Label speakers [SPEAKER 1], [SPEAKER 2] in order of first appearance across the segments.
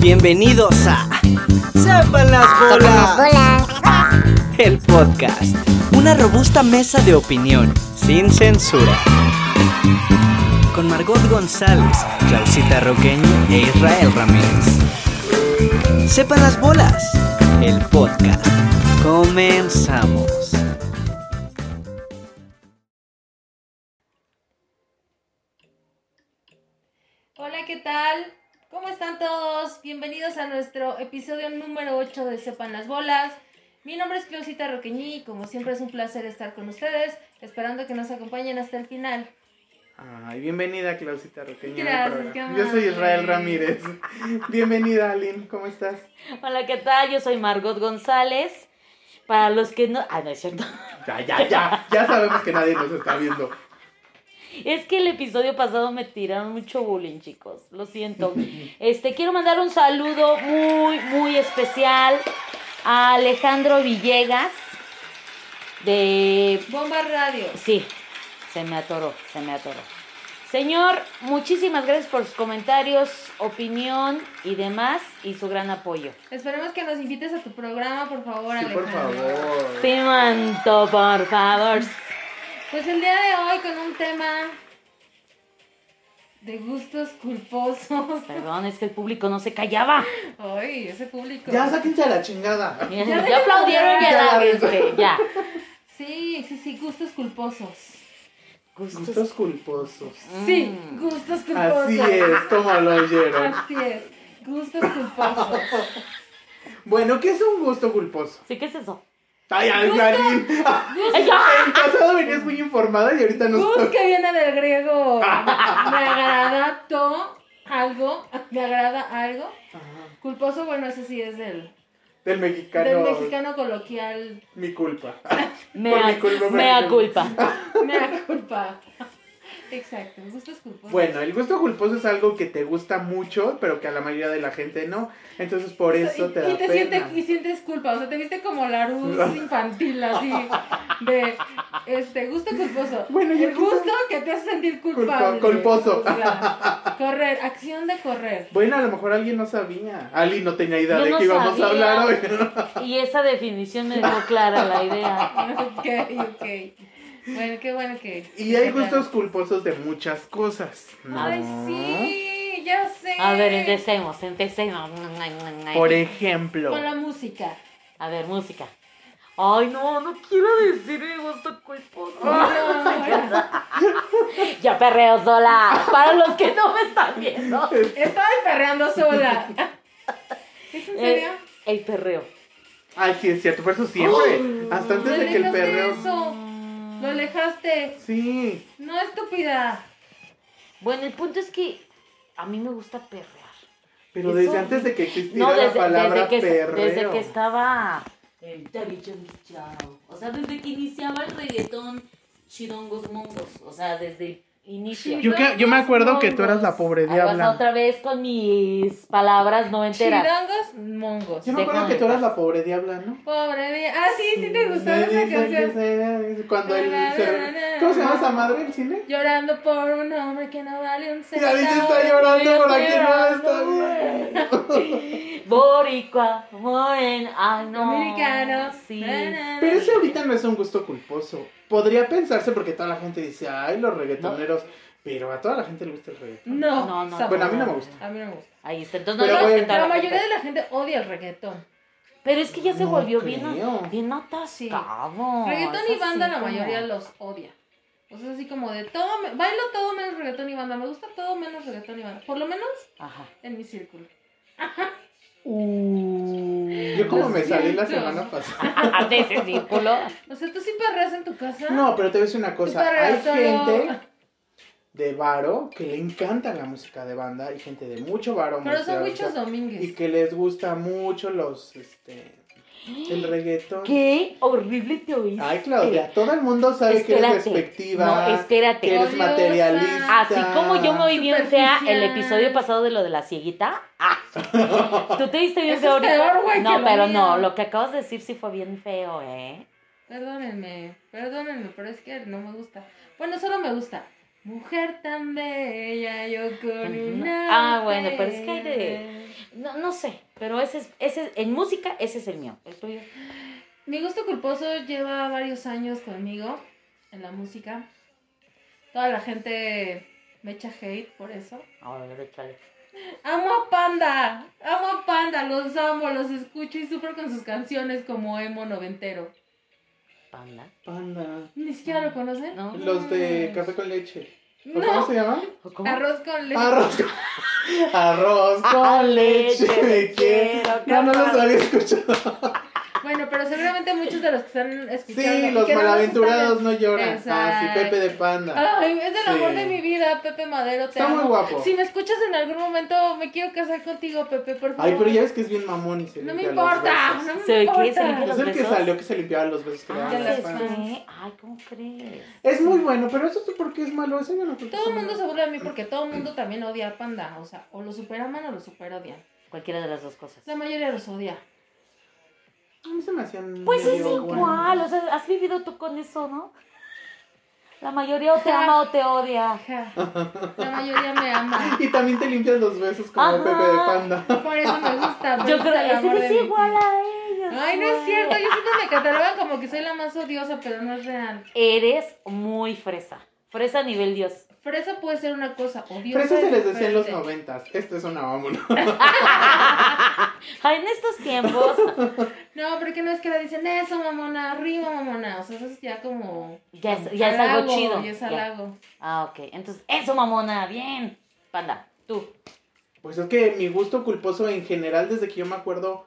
[SPEAKER 1] Bienvenidos a Ah, Sepan las bolas, el podcast. Una robusta mesa de opinión, sin censura. Con Margot González, Clausita Roqueño e Israel Ramírez. Sepan las bolas, el podcast. Comenzamos.
[SPEAKER 2] Hola, ¿qué tal? ¿Cómo están todos? Bienvenidos a nuestro episodio número 8 de Sepan las Bolas. Mi nombre es Clausita Roqueñí y como siempre es un placer estar con ustedes, esperando que nos acompañen hasta el final.
[SPEAKER 3] Ay, bienvenida Clausita Roqueña. al
[SPEAKER 2] Gracias,
[SPEAKER 3] programa.
[SPEAKER 2] qué amable.
[SPEAKER 3] Yo soy Israel Ramírez. bienvenida, Aline, ¿cómo estás?
[SPEAKER 4] Hola, ¿qué tal? Yo soy Margot González. Para los que no... Ah, no es cierto.
[SPEAKER 3] Ya, ya, ya. Ya sabemos que nadie nos está viendo.
[SPEAKER 4] Es que el episodio pasado me tiraron mucho bullying, chicos. Lo siento. Este, quiero mandar un saludo muy, muy especial a Alejandro Villegas de...
[SPEAKER 2] Bomba Radio.
[SPEAKER 4] Sí, se me atoró, se me atoró. Señor, muchísimas gracias por sus comentarios, opinión y demás y su gran apoyo.
[SPEAKER 2] Esperemos que nos invites a tu programa, por favor,
[SPEAKER 3] Sí,
[SPEAKER 2] Alejandro.
[SPEAKER 3] por favor.
[SPEAKER 4] Sí, manto, por favor.
[SPEAKER 2] Pues el día de hoy con un tema de gustos culposos.
[SPEAKER 4] Perdón, es que el público no se callaba.
[SPEAKER 2] Ay, ese público.
[SPEAKER 3] Ya, sáquense a la chingada.
[SPEAKER 4] Ya,
[SPEAKER 2] déjenlo
[SPEAKER 4] aplaudieron
[SPEAKER 2] hablar.
[SPEAKER 4] ya
[SPEAKER 3] Ya
[SPEAKER 4] la
[SPEAKER 3] la
[SPEAKER 4] viste,
[SPEAKER 3] aventó.
[SPEAKER 4] ya.
[SPEAKER 2] Sí, sí, sí, gustos culposos.
[SPEAKER 3] Gustos culposos.
[SPEAKER 2] Sí, gustos culposos.
[SPEAKER 3] Mm. Así es, como lo oyeron.
[SPEAKER 2] Así es. Gustos culposos.
[SPEAKER 3] Bueno, ¿qué es un gusto culposo?
[SPEAKER 4] ¿Sí qué es eso?
[SPEAKER 3] Ay, ay, Aline.
[SPEAKER 4] Ay, ya.
[SPEAKER 3] El pasado venías muy informada y ahorita nos
[SPEAKER 2] Gus que viene del griego. Me agrada to, algo. Me agrada algo.
[SPEAKER 3] Ajá.
[SPEAKER 2] Culposo, bueno, ese sí es del,
[SPEAKER 3] Del
[SPEAKER 2] del
[SPEAKER 3] mexicano.
[SPEAKER 2] mexicano coloquial.
[SPEAKER 3] Mi culpa. Por mi
[SPEAKER 4] Mea,
[SPEAKER 3] culpa, por mi
[SPEAKER 4] mea culpa.
[SPEAKER 2] Me da culpa. Exacto, gustos
[SPEAKER 4] Pues
[SPEAKER 2] culposos.
[SPEAKER 3] Bueno, el gusto culposo es algo que te gusta mucho, pero que a la mayoría de la gente no. Entonces por eso
[SPEAKER 2] y,
[SPEAKER 3] te da
[SPEAKER 2] y te
[SPEAKER 3] pena.
[SPEAKER 2] sientes, y sientes culpa, o sea, te viste como la luz infantil, así, de, este, gusto culposo.
[SPEAKER 3] Bueno, y
[SPEAKER 2] el
[SPEAKER 3] el gusto-
[SPEAKER 2] gusto que te hace sentir culpable.
[SPEAKER 3] Culpa- culposo.
[SPEAKER 2] Claro. Correr, acción de correr.
[SPEAKER 3] Bueno, a lo mejor alguien no sabía. Ali no tenía idea
[SPEAKER 4] Yo
[SPEAKER 3] de
[SPEAKER 4] no
[SPEAKER 3] que íbamos
[SPEAKER 4] sabía.
[SPEAKER 3] a hablar hoy.
[SPEAKER 4] Y esa definición me dejó clara la idea.
[SPEAKER 2] Ok, ok. Bueno, qué bueno que...
[SPEAKER 3] Y hay gustos culposos de muchas cosas. ¿no?
[SPEAKER 2] Ay, sí, ya sé.
[SPEAKER 4] A ver, empecemos, empecemos.
[SPEAKER 3] Por e- ejemplo,
[SPEAKER 2] Con la música.
[SPEAKER 4] A ver, música. Ay, no, no quiero decir mi gusto
[SPEAKER 3] Ah,
[SPEAKER 4] culposo.
[SPEAKER 2] No,
[SPEAKER 4] Ya perreo sola. Para los que no me están viendo.
[SPEAKER 2] estaba perreando sola. ¿Es en serio?
[SPEAKER 4] Eh, el perreo.
[SPEAKER 3] ay, sí, es cierto, por eso siempre. Hasta
[SPEAKER 2] No
[SPEAKER 4] Pues
[SPEAKER 3] antes de que el
[SPEAKER 2] alejaste
[SPEAKER 3] perreo.
[SPEAKER 2] eso. Lo alejaste.
[SPEAKER 3] Sí.
[SPEAKER 2] No, estúpida.
[SPEAKER 4] Bueno, el punto es que a mí me gusta perrear.
[SPEAKER 3] Pero
[SPEAKER 4] Eso-
[SPEAKER 3] desde antes de que existiera
[SPEAKER 4] No, desde,
[SPEAKER 3] la palabra
[SPEAKER 4] desde que,
[SPEAKER 3] perreo.
[SPEAKER 4] desde que estaba eh, el Chari Chari Chao. O sea, desde que iniciaba el reggaetón Chidongos Mongos. O sea, desde el inicio.
[SPEAKER 3] yo, que- yo me acuerdo que tú eras la pobre
[SPEAKER 4] Ahí vas
[SPEAKER 3] diabla.
[SPEAKER 4] otra vez con mis palabras no enteras.
[SPEAKER 2] Chirongos, mongos.
[SPEAKER 3] Yo me acuerdo que tú
[SPEAKER 4] déjame.
[SPEAKER 3] eras la pobre diabla, ¿no?
[SPEAKER 2] Pobre mía. Ah, sí, sí te gustó
[SPEAKER 3] Me
[SPEAKER 2] esa
[SPEAKER 3] dicen que
[SPEAKER 2] canción.
[SPEAKER 3] será- Cuando el. se- ¿Cómo se llama esa madre el cine?
[SPEAKER 2] Llorando por un hombre que no vale un
[SPEAKER 3] Ya
[SPEAKER 2] centavo.
[SPEAKER 3] dice, está llorando por aquí, no está
[SPEAKER 2] Llorando.
[SPEAKER 3] bien.
[SPEAKER 4] Boricua, moren, ah, no.
[SPEAKER 2] Americanos.
[SPEAKER 4] Sí.
[SPEAKER 2] Na, na,
[SPEAKER 3] Pero
[SPEAKER 2] na.
[SPEAKER 3] ese ahorita no es un gusto culposo. Podría pensarse porque toda la gente dice, ay, los reggaetoneros. Pero a toda la gente le gusta el reggaetón.
[SPEAKER 2] No,
[SPEAKER 4] No, no,
[SPEAKER 2] sapo.
[SPEAKER 3] Bueno, a mí no me gusta.
[SPEAKER 2] A mí no me gusta.
[SPEAKER 4] Ahí está. Entonces no
[SPEAKER 3] Pero
[SPEAKER 4] le voy a
[SPEAKER 3] bueno.
[SPEAKER 4] sentar a
[SPEAKER 2] La
[SPEAKER 4] la
[SPEAKER 2] mayoría
[SPEAKER 4] gente.
[SPEAKER 2] de la gente odia el reggaetón.
[SPEAKER 4] Pero es que ya se
[SPEAKER 3] No
[SPEAKER 4] volvió bien,
[SPEAKER 3] creo.
[SPEAKER 4] bien atascado.
[SPEAKER 2] reggaetón
[SPEAKER 4] Es
[SPEAKER 2] y
[SPEAKER 4] así
[SPEAKER 2] banda la
[SPEAKER 4] como-
[SPEAKER 2] mayoría los odia. O sea, así como de todo, me- bailo todo menos reggaetón y banda. Me gusta todo menos reggaetón y banda. Por lo menos
[SPEAKER 4] Ajá.
[SPEAKER 2] en mi círculo.
[SPEAKER 3] Yo como
[SPEAKER 2] Mm. Lo
[SPEAKER 3] me salí la
[SPEAKER 2] siento.
[SPEAKER 3] semana pasada.
[SPEAKER 4] de ese círculo.
[SPEAKER 2] O sea, ¿tú sí perreas en tu casa?
[SPEAKER 3] No, pero te voy a decir una cosa.
[SPEAKER 2] Pero
[SPEAKER 3] Hay
[SPEAKER 2] solo-
[SPEAKER 3] gente de varo que le encanta la música de banda y gente de mucho varo.
[SPEAKER 2] Pero son
[SPEAKER 3] música
[SPEAKER 2] muchos
[SPEAKER 3] de- Y
[SPEAKER 2] domínguez.
[SPEAKER 3] que les gusta mucho los, este, el reggaetón.
[SPEAKER 4] Qué horrible te oíste.
[SPEAKER 3] Ay, Claudia, todo el mundo sabe que eres despectiva.
[SPEAKER 4] No,
[SPEAKER 3] que
[SPEAKER 4] espérate.
[SPEAKER 3] eres
[SPEAKER 2] Odiosa.
[SPEAKER 3] materialista.
[SPEAKER 4] Así como yo me oí bien fea el
[SPEAKER 2] Superficial.
[SPEAKER 4] episodio pasado de lo de la cieguita. Ah, tú te diste bien
[SPEAKER 2] Eso es
[SPEAKER 4] feo ahorita.
[SPEAKER 2] peor, güey, que
[SPEAKER 4] no,
[SPEAKER 2] lo
[SPEAKER 4] pero
[SPEAKER 2] mío.
[SPEAKER 4] no, lo que acabas de decir sí fue bien feo, ¿eh?
[SPEAKER 2] Perdónenme, perdónenme, pero es que no me gusta. Bueno, solo me gusta. Mujer tan bella, yo con
[SPEAKER 4] Ujú.
[SPEAKER 2] una.
[SPEAKER 4] Ah, bueno, pero es que de- No, no sé, pero ese es, ese, en música ese es el mío. El tuyo.
[SPEAKER 2] Mi gusto culposo lleva varios años conmigo en la música. Toda la gente me echa hate por eso.
[SPEAKER 4] Ahora, échale.
[SPEAKER 2] Amo a Panda, amo a Panda, los amo, los escucho y sufro con sus canciones como emo noventero.
[SPEAKER 4] Panda.
[SPEAKER 3] Panda.
[SPEAKER 2] Ni siquiera lo conocen.
[SPEAKER 4] No.
[SPEAKER 3] Los de café con leche. ¿O
[SPEAKER 2] No.
[SPEAKER 3] ¿Cómo se llaman?
[SPEAKER 4] ¿O cómo?
[SPEAKER 2] Arroz con leche.
[SPEAKER 3] Arroz con, Arroz con
[SPEAKER 4] Ah,
[SPEAKER 3] leche.
[SPEAKER 4] leche,
[SPEAKER 3] ¿De qué?
[SPEAKER 4] quiero,
[SPEAKER 3] No, no los
[SPEAKER 4] capaz.
[SPEAKER 3] había escuchado.
[SPEAKER 2] Bueno, pero seguramente muchos de los que están escuchando.
[SPEAKER 3] Sí, los
[SPEAKER 2] que no nos
[SPEAKER 3] malaventurados
[SPEAKER 2] están-
[SPEAKER 3] no lloran. Ah,
[SPEAKER 2] Exacto.
[SPEAKER 3] sí, Pepe de Panda.
[SPEAKER 2] Ay, es el amor
[SPEAKER 3] Sí.
[SPEAKER 2] de mi vida, Pepe Madero. Te
[SPEAKER 3] Está
[SPEAKER 2] amo.
[SPEAKER 3] muy guapo.
[SPEAKER 2] Si me escuchas en algún momento, me quiero casar contigo, Pepe, por favor.
[SPEAKER 3] Ay, pero ya ves que es bien mamón y se
[SPEAKER 2] No me
[SPEAKER 3] limpia
[SPEAKER 2] importa,
[SPEAKER 3] los
[SPEAKER 2] no me
[SPEAKER 4] Se ve que se
[SPEAKER 2] importa.
[SPEAKER 4] limpia
[SPEAKER 3] besos. Es
[SPEAKER 4] los
[SPEAKER 3] el que
[SPEAKER 4] besos.
[SPEAKER 3] salió que se limpiaba los besos que le
[SPEAKER 4] Ah,
[SPEAKER 3] daban las
[SPEAKER 2] sí,
[SPEAKER 3] fans.
[SPEAKER 2] sí.
[SPEAKER 4] ¿qué? Ay, ¿cómo crees?
[SPEAKER 3] Es muy bueno, pero eso es porque es malo. Eso yo no creo que
[SPEAKER 2] Todo
[SPEAKER 3] sea
[SPEAKER 2] el mundo
[SPEAKER 3] malo.
[SPEAKER 2] se burla de mí porque todo el mundo también odia a Panda. O sea, o lo superaman o lo superodian.
[SPEAKER 4] Cualquiera de las dos cosas.
[SPEAKER 2] La mayoría los odia.
[SPEAKER 3] A mí se me hacían.
[SPEAKER 4] Pues es
[SPEAKER 3] medio
[SPEAKER 4] igual, o
[SPEAKER 3] buenos.
[SPEAKER 4] sea, has vivido tú con eso, ¿no? La mayoría o te ama o te odia.
[SPEAKER 2] Ajá. La mayoría me ama.
[SPEAKER 3] Y también te limpias los besos como
[SPEAKER 4] Ajá.
[SPEAKER 3] Pepe de Panda.
[SPEAKER 2] Por eso me gusta.
[SPEAKER 4] Yo
[SPEAKER 2] porque
[SPEAKER 4] creo
[SPEAKER 2] el amor
[SPEAKER 4] que
[SPEAKER 2] de
[SPEAKER 4] es
[SPEAKER 2] mi
[SPEAKER 4] igual
[SPEAKER 2] vida.
[SPEAKER 4] a ellos.
[SPEAKER 2] Ay, no es
[SPEAKER 4] güey.
[SPEAKER 2] cierto. Yo siempre me catalogan como que soy la más odiosa, pero no es real.
[SPEAKER 4] Eres muy fresa. Fresa a nivel Dios.
[SPEAKER 2] Fresa puede ser una cosa odiosa.
[SPEAKER 3] Pero eso se
[SPEAKER 2] es
[SPEAKER 3] les decía en los
[SPEAKER 2] diferente.
[SPEAKER 3] noventas. Esto es una vámona.
[SPEAKER 4] Ay, en estos tiempos.
[SPEAKER 2] No, porque no es que le dicen eso, mamona, arriba, mamona. O sea, eso es ya como.
[SPEAKER 4] Ya es, ya es
[SPEAKER 2] halago,
[SPEAKER 4] algo chido.
[SPEAKER 2] Ya es
[SPEAKER 4] Ya.
[SPEAKER 2] halago.
[SPEAKER 4] Ah, ok. Entonces, eso, mamona. Bien. Panda, tú.
[SPEAKER 3] Pues es que mi gusto culposo en general, desde que yo me acuerdo,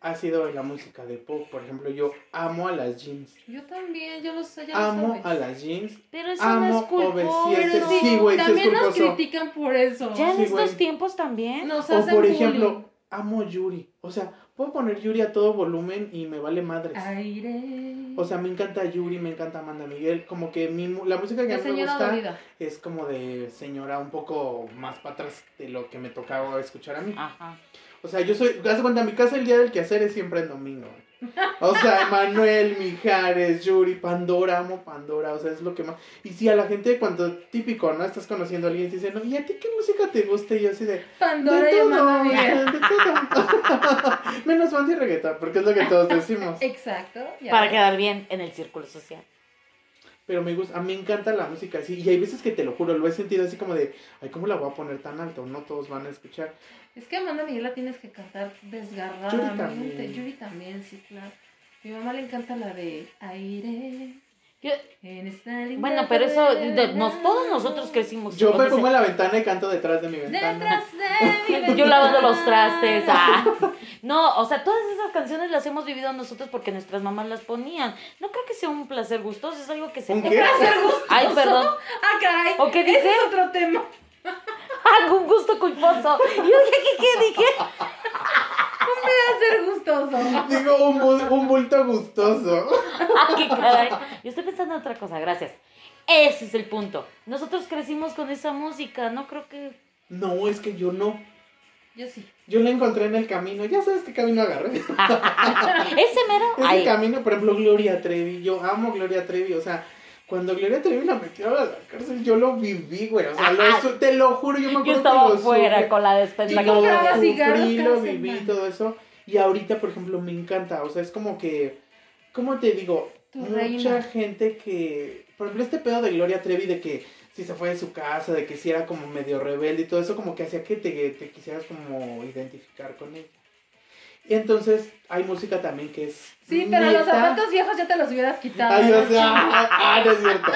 [SPEAKER 3] ha sido en la música de pop. Por ejemplo, yo amo a las jeans.
[SPEAKER 2] Yo también, yo lo sé, ya
[SPEAKER 3] Amo
[SPEAKER 2] lo
[SPEAKER 3] a
[SPEAKER 2] sabes.
[SPEAKER 3] las jeans.
[SPEAKER 4] Pero eso no
[SPEAKER 3] Amo
[SPEAKER 4] es culposo.
[SPEAKER 3] OV7.
[SPEAKER 2] Pero sí,
[SPEAKER 3] Este, Sí, güey, sí es
[SPEAKER 2] también nos
[SPEAKER 3] culposo.
[SPEAKER 2] critican por eso.
[SPEAKER 4] Ya en
[SPEAKER 3] Sí,
[SPEAKER 4] estos
[SPEAKER 3] güey.
[SPEAKER 4] tiempos también.
[SPEAKER 2] Nos
[SPEAKER 3] O
[SPEAKER 2] hacen
[SPEAKER 3] por ejemplo,
[SPEAKER 2] bullying.
[SPEAKER 3] amo Yuri. O sea, puedo poner Yuri a todo volumen y me vale madres.
[SPEAKER 2] Aire.
[SPEAKER 3] O sea, me encanta Yuri, me encanta Amanda Miguel. Como que mi, mu- la música que a
[SPEAKER 2] de
[SPEAKER 3] mí me
[SPEAKER 2] señora
[SPEAKER 3] gusta
[SPEAKER 2] dolida.
[SPEAKER 3] es como de señora un poco más para atrás de lo que me tocaba escuchar a mí.
[SPEAKER 4] Ajá.
[SPEAKER 3] O sea, yo soy, haz de cuenta, mi casa el día del quehacer es siempre en domingo. güey. O sea, Manuel, Mijares, Yuri, Pandora, amo Pandora, o sea, es lo que más. Y si a la gente, cuando típico, ¿no? Estás conociendo a alguien y te dicen, no, ¿y a ti qué música te gusta? Y yo así de, de
[SPEAKER 2] Pandora y Amanda
[SPEAKER 3] todo,
[SPEAKER 2] Miguel.
[SPEAKER 3] de todo. Menos banda y reggaetón, porque es lo que todos decimos.
[SPEAKER 2] Exacto. ya.
[SPEAKER 4] Para quedar bien en el círculo social.
[SPEAKER 3] Pero me gusta, a mí me encanta la música así. Y hay veces que te lo juro, lo he sentido así como de, ay, ¿cómo la voy a poner tan alto? No todos van a escuchar.
[SPEAKER 2] Es que Amanda Miguel la tienes que cantar
[SPEAKER 3] Yuri
[SPEAKER 2] desgarradamente.
[SPEAKER 3] también.
[SPEAKER 2] Yuri también, sí, claro. Mi mamá le encanta la de aire.
[SPEAKER 4] Yo-
[SPEAKER 2] en esta linda
[SPEAKER 4] Bueno, pero eso,
[SPEAKER 2] tarde.
[SPEAKER 4] de- nos- todos nosotros crecimos.
[SPEAKER 3] Yo
[SPEAKER 4] con
[SPEAKER 3] me
[SPEAKER 4] ese-
[SPEAKER 3] pongo en la ventana y canto detrás de mi ventana.
[SPEAKER 2] Detrás de mi
[SPEAKER 4] Yo
[SPEAKER 2] ventana.
[SPEAKER 4] lavando los trastes. ah. No, o sea, todas esas canciones las hemos vivido nosotros porque nuestras mamás las ponían. No creo que sea un placer gustoso, es algo que se...
[SPEAKER 3] ¿Un
[SPEAKER 2] ¿Qué placer gustoso?
[SPEAKER 4] Ay, perdón.
[SPEAKER 2] Ah, caray.
[SPEAKER 4] ¿O qué dice?
[SPEAKER 2] Ese es otro tema.
[SPEAKER 4] Algún gusto culposo. Yo dije, ¿qué, qué dije?
[SPEAKER 2] Placer gustoso.
[SPEAKER 3] Digo, un, bul- un bulto gustoso.
[SPEAKER 4] Ah, qué caray. Yo estoy pensando en otra cosa, gracias. Ese es el punto. Nosotros crecimos con esa música, no creo que...
[SPEAKER 3] No, es que yo no.
[SPEAKER 2] Yo sí.
[SPEAKER 3] Yo la encontré en el camino. Ya sabes qué camino agarré. Ese
[SPEAKER 4] Ese mero... Ay,
[SPEAKER 3] camino, por ejemplo, Gloria Trevi. Yo amo Gloria Trevi. O sea, cuando Gloria Trevi la metieron a la cárcel, yo lo viví, güey. O sea, lo
[SPEAKER 4] Ajá.
[SPEAKER 3] su- te lo juro, yo me
[SPEAKER 4] yo
[SPEAKER 3] acuerdo
[SPEAKER 4] estaba
[SPEAKER 3] que lo
[SPEAKER 4] afuera
[SPEAKER 3] sufrí.
[SPEAKER 4] con la despensa.
[SPEAKER 3] Yo
[SPEAKER 4] que-
[SPEAKER 2] con- compraba
[SPEAKER 3] lo
[SPEAKER 2] cigarros
[SPEAKER 3] sufrí,
[SPEAKER 2] cada
[SPEAKER 3] lo viví,
[SPEAKER 2] semana.
[SPEAKER 3] todo eso. Y ahorita, por ejemplo, me encanta. O sea, es como que, ¿cómo te digo?
[SPEAKER 2] Tu
[SPEAKER 3] Mucha
[SPEAKER 2] reina.
[SPEAKER 3] gente que, por ejemplo, este pedo de Gloria Trevi de que si se fue de su casa, de que si era como medio rebelde y todo eso, como que hacía que te, te quisieras como identificar con ella. Y entonces hay música también que es...
[SPEAKER 2] Sí, pero los
[SPEAKER 3] neta.
[SPEAKER 2] zapatos viejos ya te los hubieras quitado.
[SPEAKER 3] Ay, o sea, ah, ah, no es cierto.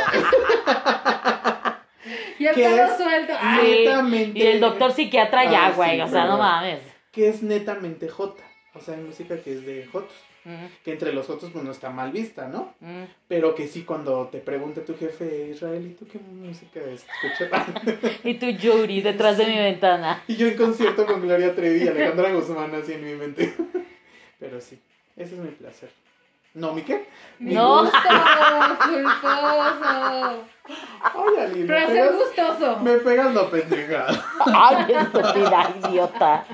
[SPEAKER 2] y el
[SPEAKER 3] ¿qué
[SPEAKER 2] pelo
[SPEAKER 3] es?
[SPEAKER 2] suelto. Ay,
[SPEAKER 4] Sí,
[SPEAKER 3] Netamente-
[SPEAKER 4] Y el doctor psiquiatra ya,
[SPEAKER 3] Ah,
[SPEAKER 4] güey,
[SPEAKER 3] sí,
[SPEAKER 4] o sea, no
[SPEAKER 3] verdad.
[SPEAKER 4] mames.
[SPEAKER 3] Que es netamente Jota. O sea, hay música que es de Jotos.
[SPEAKER 4] Mm,
[SPEAKER 3] Que entre los otros, pues no está mal vista, ¿no?
[SPEAKER 4] mm.
[SPEAKER 3] Pero que sí, cuando te pregunta tu jefe, Israel, ¿y tú qué música escuchas?
[SPEAKER 4] Y tu Yuri detrás de mi ventana.
[SPEAKER 3] y yo en concierto con Gloria Trevi y Alejandra Guzmán así en mi mente. Pero sí, ese es mi placer. ¿No, mi qué?
[SPEAKER 2] mi
[SPEAKER 4] No.
[SPEAKER 2] gusto culposo.
[SPEAKER 3] Ay, Ali, me
[SPEAKER 2] Placer
[SPEAKER 3] pegas,
[SPEAKER 2] gustoso.
[SPEAKER 3] me pegas la pendejada.
[SPEAKER 4] Ay, estúpida, idiota.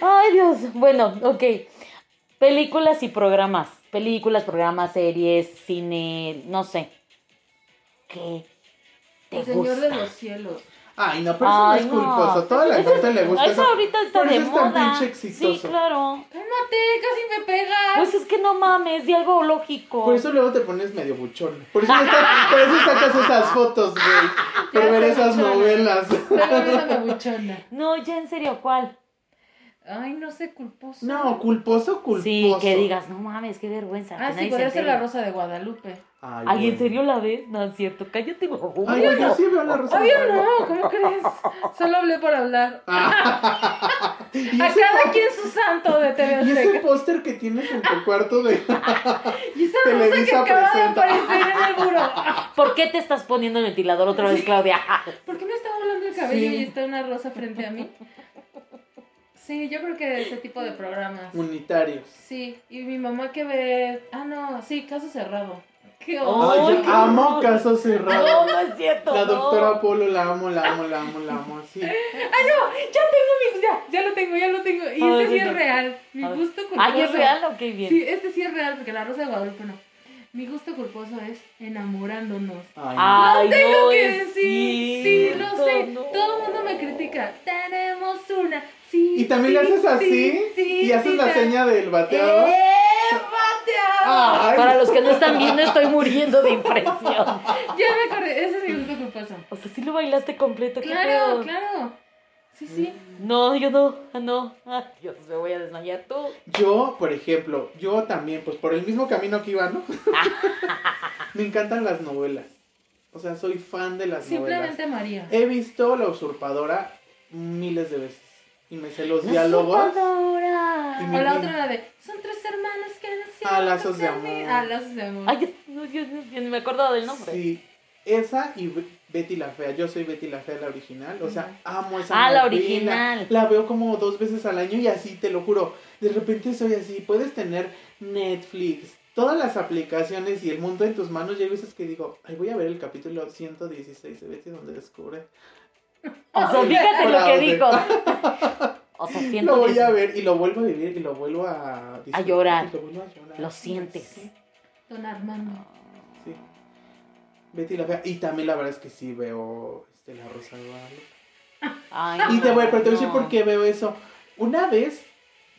[SPEAKER 4] Ay, Dios. Bueno, ok. Películas y programas. Películas, programas, series, cine, no sé. ¿Qué? ¿Te
[SPEAKER 2] El Señor
[SPEAKER 4] gusta?
[SPEAKER 2] de los cielos.
[SPEAKER 3] Ay, no, pero eso no
[SPEAKER 4] Ay,
[SPEAKER 3] es
[SPEAKER 4] no.
[SPEAKER 3] culposo. Toda la
[SPEAKER 4] Eso-
[SPEAKER 3] gente le gusta
[SPEAKER 4] Eso ahorita está
[SPEAKER 3] Por
[SPEAKER 4] de
[SPEAKER 3] eso es tan
[SPEAKER 4] moda.
[SPEAKER 3] pinche exitoso.
[SPEAKER 4] Sí, claro.
[SPEAKER 2] Cálmate, casi me pegas.
[SPEAKER 4] Pues es que no mames, di algo lógico.
[SPEAKER 3] Por eso luego te pones medio buchón. Por eso, está- por eso sacas esas fotos, güey. Por
[SPEAKER 2] Ya
[SPEAKER 3] ver
[SPEAKER 2] sé,
[SPEAKER 3] esas
[SPEAKER 2] buchona.
[SPEAKER 3] novelas.
[SPEAKER 2] Está volviéndome buchona.
[SPEAKER 4] No, ya en serio, ¿cuál?
[SPEAKER 2] Ay, no sé, culposo.
[SPEAKER 3] No, culposo, culposo.
[SPEAKER 4] Sí, que digas, no mames, qué vergüenza.
[SPEAKER 2] Ah,
[SPEAKER 4] que
[SPEAKER 2] sí,
[SPEAKER 4] nadie
[SPEAKER 2] podría
[SPEAKER 4] se
[SPEAKER 2] ser la
[SPEAKER 4] entere.
[SPEAKER 2] rosa de Guadalupe.
[SPEAKER 3] Ay,
[SPEAKER 4] Ay,
[SPEAKER 3] güey.
[SPEAKER 4] ¿en serio la ves? No, es cierto, cállate. güey.
[SPEAKER 3] Ay, güey, yo sí veo la rosa. Ah,
[SPEAKER 2] Obvio no, ¿cómo crees? Solo hablé por hablar.
[SPEAKER 3] Y
[SPEAKER 2] A
[SPEAKER 3] ese,
[SPEAKER 2] cada quien su santo de TV
[SPEAKER 3] y ese
[SPEAKER 2] Azteca.
[SPEAKER 3] póster que tienes en tu cuarto
[SPEAKER 2] Y
[SPEAKER 3] de.
[SPEAKER 2] esa rosa que
[SPEAKER 3] Televisa
[SPEAKER 2] acaba de
[SPEAKER 3] presenta.
[SPEAKER 2] aparecer en el muro.
[SPEAKER 4] ¿Por qué te estás poniendo el ventilador otra vez, Claudia?
[SPEAKER 2] ¿Por qué me está volando el cabello
[SPEAKER 3] Sí.
[SPEAKER 2] y está una rosa frente a mí? Sí, yo creo que de ese tipo de programas.
[SPEAKER 3] Unitarios.
[SPEAKER 2] Sí, y mi mamá que ve... Ah, no, sí, caso cerrado. ¿Qué
[SPEAKER 4] Oh,
[SPEAKER 2] oso.
[SPEAKER 3] Ay,
[SPEAKER 4] qué
[SPEAKER 3] yo amo
[SPEAKER 4] horror.
[SPEAKER 3] Caso
[SPEAKER 4] No,
[SPEAKER 3] Cerrado.
[SPEAKER 4] no es cierto.
[SPEAKER 3] La
[SPEAKER 4] no.
[SPEAKER 3] doctora Polo la amo, la amo, la amo, la amo. Sí.
[SPEAKER 2] Ya, ya lo tengo, ya lo tengo. Y
[SPEAKER 4] A
[SPEAKER 2] este
[SPEAKER 4] ver,
[SPEAKER 2] sí
[SPEAKER 4] dilo.
[SPEAKER 2] es real. Mi
[SPEAKER 4] A ver.
[SPEAKER 2] gusto culposo.
[SPEAKER 4] Ay, ¿es real o qué bien?
[SPEAKER 2] Sí, este sí es real, porque la rosa de Guadalupe no. Mi gusto culposo es enamorándonos.
[SPEAKER 3] Ay, no.
[SPEAKER 4] Ay,
[SPEAKER 2] Tengo
[SPEAKER 4] no
[SPEAKER 2] que
[SPEAKER 4] es
[SPEAKER 2] decir, sí,
[SPEAKER 4] cierto,
[SPEAKER 2] lo sé.
[SPEAKER 4] no.
[SPEAKER 2] Todo el mundo me critica. Tenemos una. Sí.
[SPEAKER 3] Y también le
[SPEAKER 2] sí,
[SPEAKER 3] haces así.
[SPEAKER 2] sí, sí,
[SPEAKER 3] y haces
[SPEAKER 2] sí,
[SPEAKER 3] la
[SPEAKER 2] ta-
[SPEAKER 3] seña del bateador.
[SPEAKER 2] ¡Eh, bateado!
[SPEAKER 3] Ay,
[SPEAKER 4] Para los que no están viendo, estoy muriendo de impresión.
[SPEAKER 2] Ya me acordé, ese es mi gusto culposo.
[SPEAKER 4] O sea, sí lo bailaste completo. ¿qué
[SPEAKER 2] Claro,
[SPEAKER 4] pedo?
[SPEAKER 2] claro. Sí, sí.
[SPEAKER 3] Mm,
[SPEAKER 4] No, yo no, ah, no. Ah, Dios, me voy a desmayar tú.
[SPEAKER 3] Yo, por ejemplo, yo también, pues por el mismo camino que iba, ¿no? Me encantan las novelas. O sea, soy fan de las
[SPEAKER 2] Simplemente María.
[SPEAKER 3] novelas. He visto La Usurpadora miles de veces. Y me sé los
[SPEAKER 4] La
[SPEAKER 3] diálogos.
[SPEAKER 4] usurpadora.
[SPEAKER 3] Y
[SPEAKER 2] O
[SPEAKER 3] mi-
[SPEAKER 2] la otra, la de. Son tres hermanas que nacieron.
[SPEAKER 3] Ah, lazos de
[SPEAKER 2] con
[SPEAKER 3] amor.
[SPEAKER 2] Ah, lazos de amor.
[SPEAKER 4] Ay, yo- no, yo, yo- yo ni me acordaba del nombre.
[SPEAKER 3] Sí. Esa y Be- Betty la Fea. Yo soy Betty la Fea, la original. O sea, amo esa
[SPEAKER 4] Ah, la
[SPEAKER 3] novela.
[SPEAKER 4] original.
[SPEAKER 3] La veo como dos veces al año y así, te lo juro. De repente soy así. Puedes tener Netflix, todas las aplicaciones y el mundo en tus manos. Y hay veces que digo, ay, voy a ver el capítulo 116 de Betty donde descubre.
[SPEAKER 4] O sea, fíjate lo que dijo. O sea, siento
[SPEAKER 3] Lo voy
[SPEAKER 4] que-
[SPEAKER 3] a ver y lo vuelvo a vivir y lo vuelvo a... disfrutar,
[SPEAKER 4] llorar.
[SPEAKER 3] y Lo, vuelvo a llorar.
[SPEAKER 4] Lo sientes.
[SPEAKER 3] Sí,
[SPEAKER 2] Don Armando.
[SPEAKER 3] sí. Betty la Fea. Y también la verdad es que sí veo este, La Rosa de Guadalupe.
[SPEAKER 4] Ay,
[SPEAKER 3] Y te voy a
[SPEAKER 4] no,
[SPEAKER 3] pero te voy a decir
[SPEAKER 4] no.
[SPEAKER 3] por qué veo eso. Una vez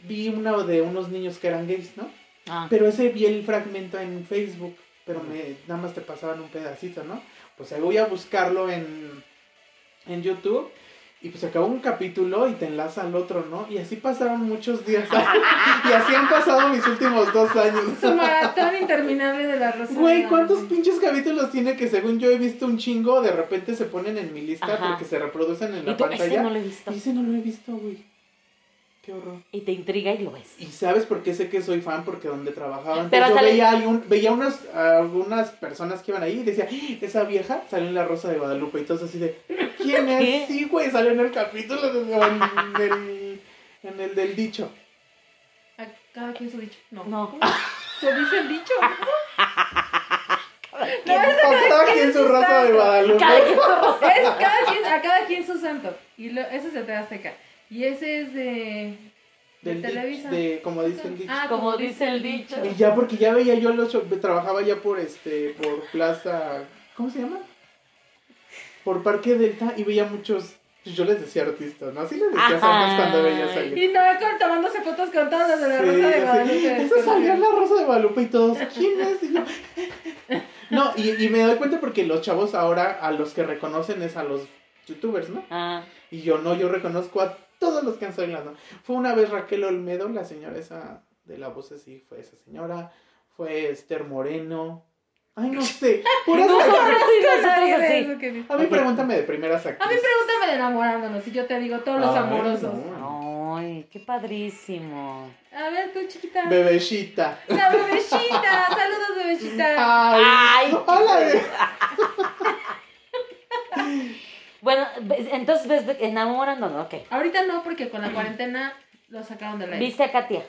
[SPEAKER 3] vi una de unos niños que eran gays, ¿no?
[SPEAKER 4] Ah,
[SPEAKER 3] Pero ese vi el fragmento en Facebook, pero me, nada más te pasaban un pedacito, ¿no? Pues ahí voy a buscarlo en, en YouTube. Y pues acabó un capítulo y te enlaza al otro, ¿no? Y así pasaron muchos días. y así han pasado mis últimos dos años.
[SPEAKER 2] Su maratón interminable de la rosa.
[SPEAKER 3] Güey,
[SPEAKER 2] de
[SPEAKER 3] ¿cuántos
[SPEAKER 2] Guadalupe.
[SPEAKER 3] pinches capítulos tiene que según yo he visto un chingo, de repente se ponen en mi lista
[SPEAKER 4] Ajá.
[SPEAKER 3] porque se reproducen en la
[SPEAKER 4] y tú,
[SPEAKER 3] pantalla?
[SPEAKER 4] ese no lo he visto.
[SPEAKER 3] Y ese no lo he visto, güey. Qué horror.
[SPEAKER 4] Y te intriga y lo ves.
[SPEAKER 3] Y sabes por qué sé que soy fan, porque donde trabajaba antes
[SPEAKER 4] Pero
[SPEAKER 3] yo
[SPEAKER 4] hasta le-
[SPEAKER 3] veía, algún- veía unas, algunas personas que iban ahí y decía, "¡Ah! esa vieja salió en la Rosa de Guadalupe. Y todos así de, ¿quién
[SPEAKER 4] ¿Qué?
[SPEAKER 3] es? Sí, güey, salió en el capítulo, de- o en, el, en el del dicho.
[SPEAKER 2] A Ah, cada quien su dicho. No.
[SPEAKER 4] No.
[SPEAKER 2] Se dice el dicho.
[SPEAKER 3] No, Cada quien su Rosa de Guadalupe.
[SPEAKER 4] Cada quien su rosa.
[SPEAKER 2] Es cada quien, a cada quien su santo. Y lo, ese es de TV Azteca. Y ese es de. de
[SPEAKER 3] Del di-
[SPEAKER 2] Televisa.
[SPEAKER 3] de- como dice el dicho.
[SPEAKER 2] Ah,
[SPEAKER 4] Como dice el dicho.
[SPEAKER 3] Y ya, porque ya veía yo los show- trabajaba ya por este, por Plaza, ¿cómo se llama? Por Parque Delta y veía muchos, pues, yo les decía artistas, ¿no? Así les decía
[SPEAKER 4] Ajá.
[SPEAKER 3] somos cuando veía
[SPEAKER 2] Y
[SPEAKER 3] salir.
[SPEAKER 2] Noé con- tomándose fotos con todos los de la Rosa de Guadalupe.
[SPEAKER 3] Eso salió en la Rosa de Guadalupe y todos, ¿quién es? Y yo, no, y, y me doy cuenta porque los chavos ahora a los que reconocen es a los youtubers, ¿no?
[SPEAKER 4] Ah,
[SPEAKER 3] Y yo no, yo reconozco a todos los que han salido. ¿no? Fue una vez Raquel Olmedo, la señora esa de la voz así, fue esa señora. Fue Esther Moreno. Ay, no sé. puras
[SPEAKER 4] No,
[SPEAKER 3] actrices.
[SPEAKER 4] no,
[SPEAKER 2] Sí,
[SPEAKER 4] no,
[SPEAKER 2] nadie
[SPEAKER 4] nosotros
[SPEAKER 2] de
[SPEAKER 4] así.
[SPEAKER 2] eso que vi.
[SPEAKER 3] A mí pregúntame de primeras
[SPEAKER 2] A mí
[SPEAKER 3] actrices.
[SPEAKER 2] pregúntame de enamorándonos y yo te digo todos los
[SPEAKER 3] Ay,
[SPEAKER 2] amorosos.
[SPEAKER 3] no.
[SPEAKER 4] Ay, qué padrísimo.
[SPEAKER 2] A ver, tú chiquita.
[SPEAKER 3] Bebecita.
[SPEAKER 2] La bebecita. Saludos, bebecita.
[SPEAKER 3] Ay.
[SPEAKER 4] Ay.
[SPEAKER 3] hola, bebé.
[SPEAKER 4] Bueno, ves- entonces ves enamorándonos, ok.
[SPEAKER 2] Ahorita no, porque con la cuarentena lo sacaron de la
[SPEAKER 4] ¿Viste a Katia?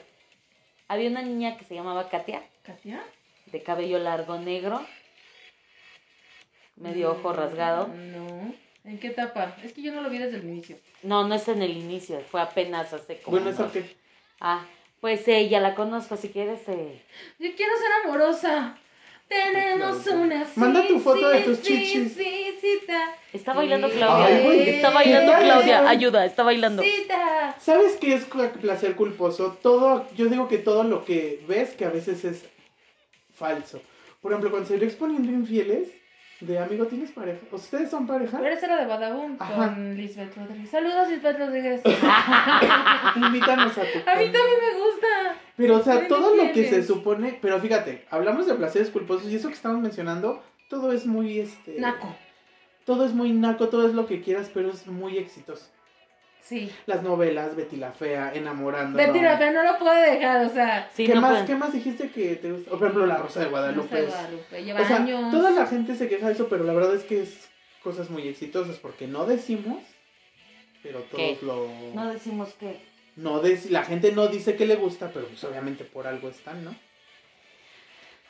[SPEAKER 4] Había una niña que se llamaba Katia,
[SPEAKER 2] ¿Katia?
[SPEAKER 4] de cabello largo negro, medio ojo rasgado.
[SPEAKER 2] Mm, No. ¿En qué etapa? Es que yo no lo vi desde el inicio.
[SPEAKER 4] No, no es en el inicio, fue apenas hace como...
[SPEAKER 3] Bueno, ¿eso
[SPEAKER 4] unos-
[SPEAKER 3] qué?
[SPEAKER 4] Ah, pues ella la conozco, si quieres... eh,
[SPEAKER 2] Yo quiero ser amorosa. Tenemos una
[SPEAKER 3] Manda tu foto de tus
[SPEAKER 2] sí,
[SPEAKER 3] chichis.
[SPEAKER 2] sí, cita.
[SPEAKER 4] Está bailando
[SPEAKER 2] Sí.
[SPEAKER 4] Claudia.
[SPEAKER 3] Ay, güey,
[SPEAKER 4] está bailando
[SPEAKER 3] ¿qué?
[SPEAKER 4] Claudia. Ayuda, está bailando.
[SPEAKER 2] Cita.
[SPEAKER 3] ¿Sabes qué es cla- placer culposo? Todo, yo digo que todo lo que ves que a veces es falso. Por ejemplo, cuando se ve exponiendo infieles, de amigo, ¿tienes pareja? ¿Ustedes son pareja?
[SPEAKER 2] Pero esa era de Badabun
[SPEAKER 3] Ajá.
[SPEAKER 2] con Lisbeth Rodríguez. Saludos, Lisbeth Rodríguez.
[SPEAKER 3] Invítanos a tu
[SPEAKER 2] A mí también
[SPEAKER 3] casa.
[SPEAKER 2] me gusta.
[SPEAKER 3] Pero, o sea,
[SPEAKER 2] Pero no
[SPEAKER 3] todo lo que se
[SPEAKER 2] quieres.
[SPEAKER 3] supone. Pero fíjate, hablamos de placeres culposos y eso que estamos mencionando, todo es muy este.
[SPEAKER 2] Naco.
[SPEAKER 3] Todo es muy naco, todo es lo que quieras, pero es muy exitoso.
[SPEAKER 2] Sí.
[SPEAKER 3] Las novelas, Betty la Fea, Enamorando.
[SPEAKER 2] Betty la Fea no lo puede dejar, o sea.
[SPEAKER 4] Sí,
[SPEAKER 3] ¿Qué,
[SPEAKER 4] no
[SPEAKER 3] más,
[SPEAKER 4] pueden.
[SPEAKER 3] ¿Qué más dijiste que te gusta? O, Por ejemplo, La Rosa de
[SPEAKER 2] No
[SPEAKER 3] Guadalupe.
[SPEAKER 2] sé,
[SPEAKER 3] es-
[SPEAKER 2] Guadalupe. Lleva
[SPEAKER 3] O sea,
[SPEAKER 2] años.
[SPEAKER 3] toda la gente se queja de eso, pero la verdad es que es cosas muy exitosas porque no decimos, pero todos
[SPEAKER 4] ¿Qué?
[SPEAKER 3] lo.
[SPEAKER 4] No
[SPEAKER 3] No,
[SPEAKER 4] decimos que.
[SPEAKER 3] dec- la gente no dice que le gusta, pero pues obviamente por algo están, ¿no?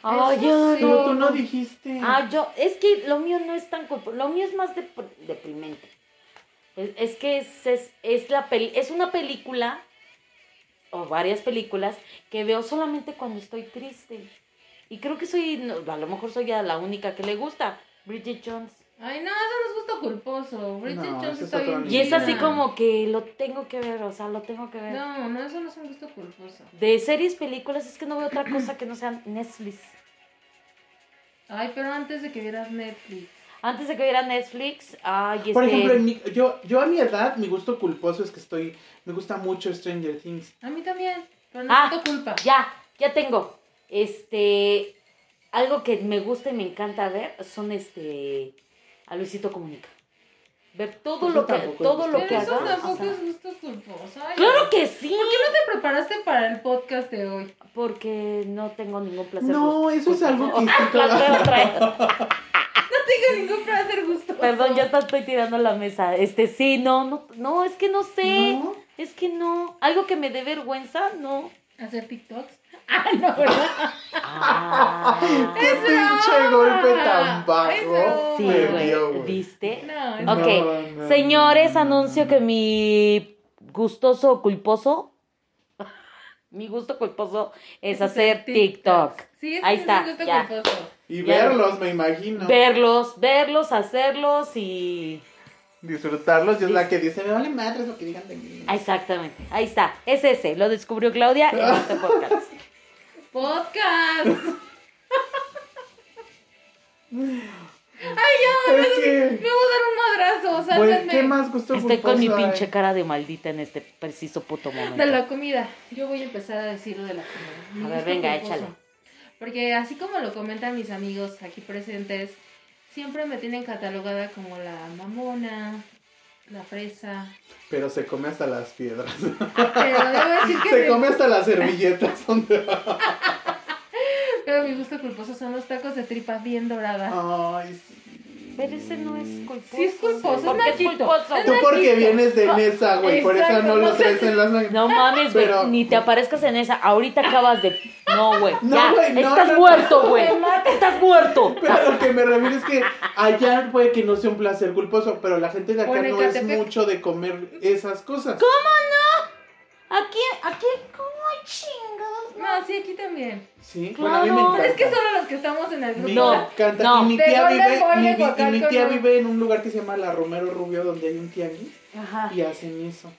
[SPEAKER 4] Ay,
[SPEAKER 2] Eso
[SPEAKER 4] yo
[SPEAKER 2] sí.
[SPEAKER 3] Pero
[SPEAKER 4] no.
[SPEAKER 3] tú no dijiste.
[SPEAKER 4] Ah, yo, es que lo mío no es tan culpo- lo mío es más dep- deprimente. Es, es que es, es, es la peli- es una película, o varias películas, que veo solamente cuando estoy triste. Y creo que soy, no, a lo mejor soy ya la única que le gusta, Bridget Jones.
[SPEAKER 2] Ay, no, eso no es gusto culposo. Bridget
[SPEAKER 3] No,
[SPEAKER 2] Jones
[SPEAKER 3] eso
[SPEAKER 2] está
[SPEAKER 3] es otro
[SPEAKER 2] bien.
[SPEAKER 3] nivel.
[SPEAKER 4] Y es
[SPEAKER 2] divina.
[SPEAKER 4] así como que lo tengo que ver, o sea, lo tengo que ver.
[SPEAKER 2] No, no, eso no es un gusto culposo.
[SPEAKER 4] De series, películas, es que no veo otra cosa que no sean Netflix.
[SPEAKER 2] Ay, pero antes de que vieras Netflix.
[SPEAKER 4] Antes de que viera Netflix, ay,
[SPEAKER 3] Por
[SPEAKER 4] este,
[SPEAKER 3] ejemplo, en mi- yo, yo a mi edad, mi gusto culposo es que estoy. Me gusta mucho Stranger Things.
[SPEAKER 2] A mí también. Pero no
[SPEAKER 4] Ah,
[SPEAKER 2] es culpa.
[SPEAKER 4] Ya, ya tengo. Este, algo que me gusta y me encanta ver son este a Luisito Comunica. Ver todo
[SPEAKER 3] Eso
[SPEAKER 4] lo que
[SPEAKER 3] tampoco
[SPEAKER 4] todo
[SPEAKER 3] es
[SPEAKER 4] lo
[SPEAKER 2] Pero
[SPEAKER 4] que
[SPEAKER 2] eso
[SPEAKER 4] haga.
[SPEAKER 2] tampoco
[SPEAKER 4] o sea,
[SPEAKER 2] es gusto culposo. Ay,
[SPEAKER 4] Claro que sí,
[SPEAKER 2] ¿Por qué no te preparaste para el podcast de hoy?
[SPEAKER 4] porque no tengo ningún placer.
[SPEAKER 3] No,
[SPEAKER 4] gusto-
[SPEAKER 3] eso es algo que
[SPEAKER 4] Ah,
[SPEAKER 3] estoy
[SPEAKER 4] las veo otra vez.
[SPEAKER 2] No tengo ningún placer gusto.
[SPEAKER 4] Perdón, ya hasta estoy tirando la mesa. Este, sí, no, no, no, es que no sé.
[SPEAKER 3] ¿No?
[SPEAKER 4] Es que no. Algo que me dé vergüenza, no.
[SPEAKER 2] ¿Hacer TikToks? Ah, no, ¿verdad?
[SPEAKER 4] Ah,
[SPEAKER 3] ¡Qué pinche golpe tan bajo!
[SPEAKER 2] Eso.
[SPEAKER 4] sí,
[SPEAKER 3] me
[SPEAKER 4] güey.
[SPEAKER 3] dio, güey.
[SPEAKER 4] ¿Viste?
[SPEAKER 2] No, es-
[SPEAKER 4] Ok, Señores, anuncio que mi gustoso o culposo, mi gusto culposo es hacer TikTok.
[SPEAKER 2] Sí, es
[SPEAKER 4] Ahí
[SPEAKER 2] que es
[SPEAKER 4] está,
[SPEAKER 2] un gusto
[SPEAKER 4] ya.
[SPEAKER 2] culposo.
[SPEAKER 3] Y
[SPEAKER 4] Ya.
[SPEAKER 3] verlos, me imagino.
[SPEAKER 4] Verlos, verlos, hacerlos y...
[SPEAKER 3] Disfrutarlos. Yo es la que dice, me vale madre lo que digan de mí.
[SPEAKER 4] Ah, Exactamente, ahí está, es ese, lo descubrió Claudia en este podcast.
[SPEAKER 2] Podcast.
[SPEAKER 3] Es
[SPEAKER 2] Me
[SPEAKER 3] que,
[SPEAKER 2] voy a dar un madrazo, o sea,
[SPEAKER 3] güey, ¿qué
[SPEAKER 2] hazme
[SPEAKER 3] más gusto
[SPEAKER 4] Estoy con mi
[SPEAKER 3] culposo hay?
[SPEAKER 4] pinche cara de maldita en este preciso puto
[SPEAKER 2] de
[SPEAKER 4] momento.
[SPEAKER 2] la comida. Yo voy a empezar a decir de la comida. Mi
[SPEAKER 4] A ver,
[SPEAKER 2] gusto
[SPEAKER 4] venga,
[SPEAKER 2] culposo.
[SPEAKER 4] échale.
[SPEAKER 2] Porque así como lo comentan mis amigos aquí presentes, siempre me tienen catalogada como la mamona, la fresa.
[SPEAKER 3] Pero se come hasta las piedras.
[SPEAKER 2] Pero debo decir que
[SPEAKER 3] se
[SPEAKER 2] me-
[SPEAKER 3] come hasta las servilletas. donde va.
[SPEAKER 2] Pero mi gusto culposo son los tacos de tripa bien dorada.
[SPEAKER 4] Ah.
[SPEAKER 3] Ay, sí.
[SPEAKER 4] Pero ese no es culposo.
[SPEAKER 2] Sí, es culposo,
[SPEAKER 4] ¿Por
[SPEAKER 2] es
[SPEAKER 4] qué es
[SPEAKER 2] nachito.
[SPEAKER 4] culposo?
[SPEAKER 2] Es
[SPEAKER 3] Tú porque vienes de
[SPEAKER 4] No,
[SPEAKER 3] mesa, güey. Por eso
[SPEAKER 2] exacto,
[SPEAKER 3] no
[SPEAKER 2] no
[SPEAKER 3] lo
[SPEAKER 2] sé
[SPEAKER 3] traes
[SPEAKER 2] si-
[SPEAKER 3] en las...
[SPEAKER 4] No mames, güey.
[SPEAKER 3] Pero-
[SPEAKER 4] Ni te aparezcas en esa. Ahorita acabas de. No, güey.
[SPEAKER 3] No,
[SPEAKER 4] ya.
[SPEAKER 3] güey, no,
[SPEAKER 4] estás
[SPEAKER 3] no, no.
[SPEAKER 4] muerto, güey. Estás muerto.
[SPEAKER 3] Pero lo que me refiero es que allá puede que no sea un placer culposo, pero la gente
[SPEAKER 2] O
[SPEAKER 3] de acá
[SPEAKER 2] en
[SPEAKER 3] no es
[SPEAKER 2] Ecatepec.
[SPEAKER 3] mucho de comer esas cosas.
[SPEAKER 4] Aquí, aquí, ¿cómo chingados?
[SPEAKER 2] No, sí, aquí también.
[SPEAKER 3] Sí, bueno, a mí me
[SPEAKER 4] Claro.
[SPEAKER 3] encanta.
[SPEAKER 2] Es que solo los que estamos en el grupo.
[SPEAKER 3] Me
[SPEAKER 4] No,
[SPEAKER 3] encanta.
[SPEAKER 4] no.
[SPEAKER 3] Y mi
[SPEAKER 2] Pero
[SPEAKER 3] tía,
[SPEAKER 2] no le
[SPEAKER 3] vive,
[SPEAKER 2] voy a
[SPEAKER 3] mi vi- y
[SPEAKER 2] guacar
[SPEAKER 3] mi
[SPEAKER 2] con
[SPEAKER 3] tía
[SPEAKER 2] un-
[SPEAKER 3] vive en un lugar que se llama La Romero Rubio, donde hay un tianguis,
[SPEAKER 2] Ah.
[SPEAKER 4] Ajá.
[SPEAKER 3] y hacen eso.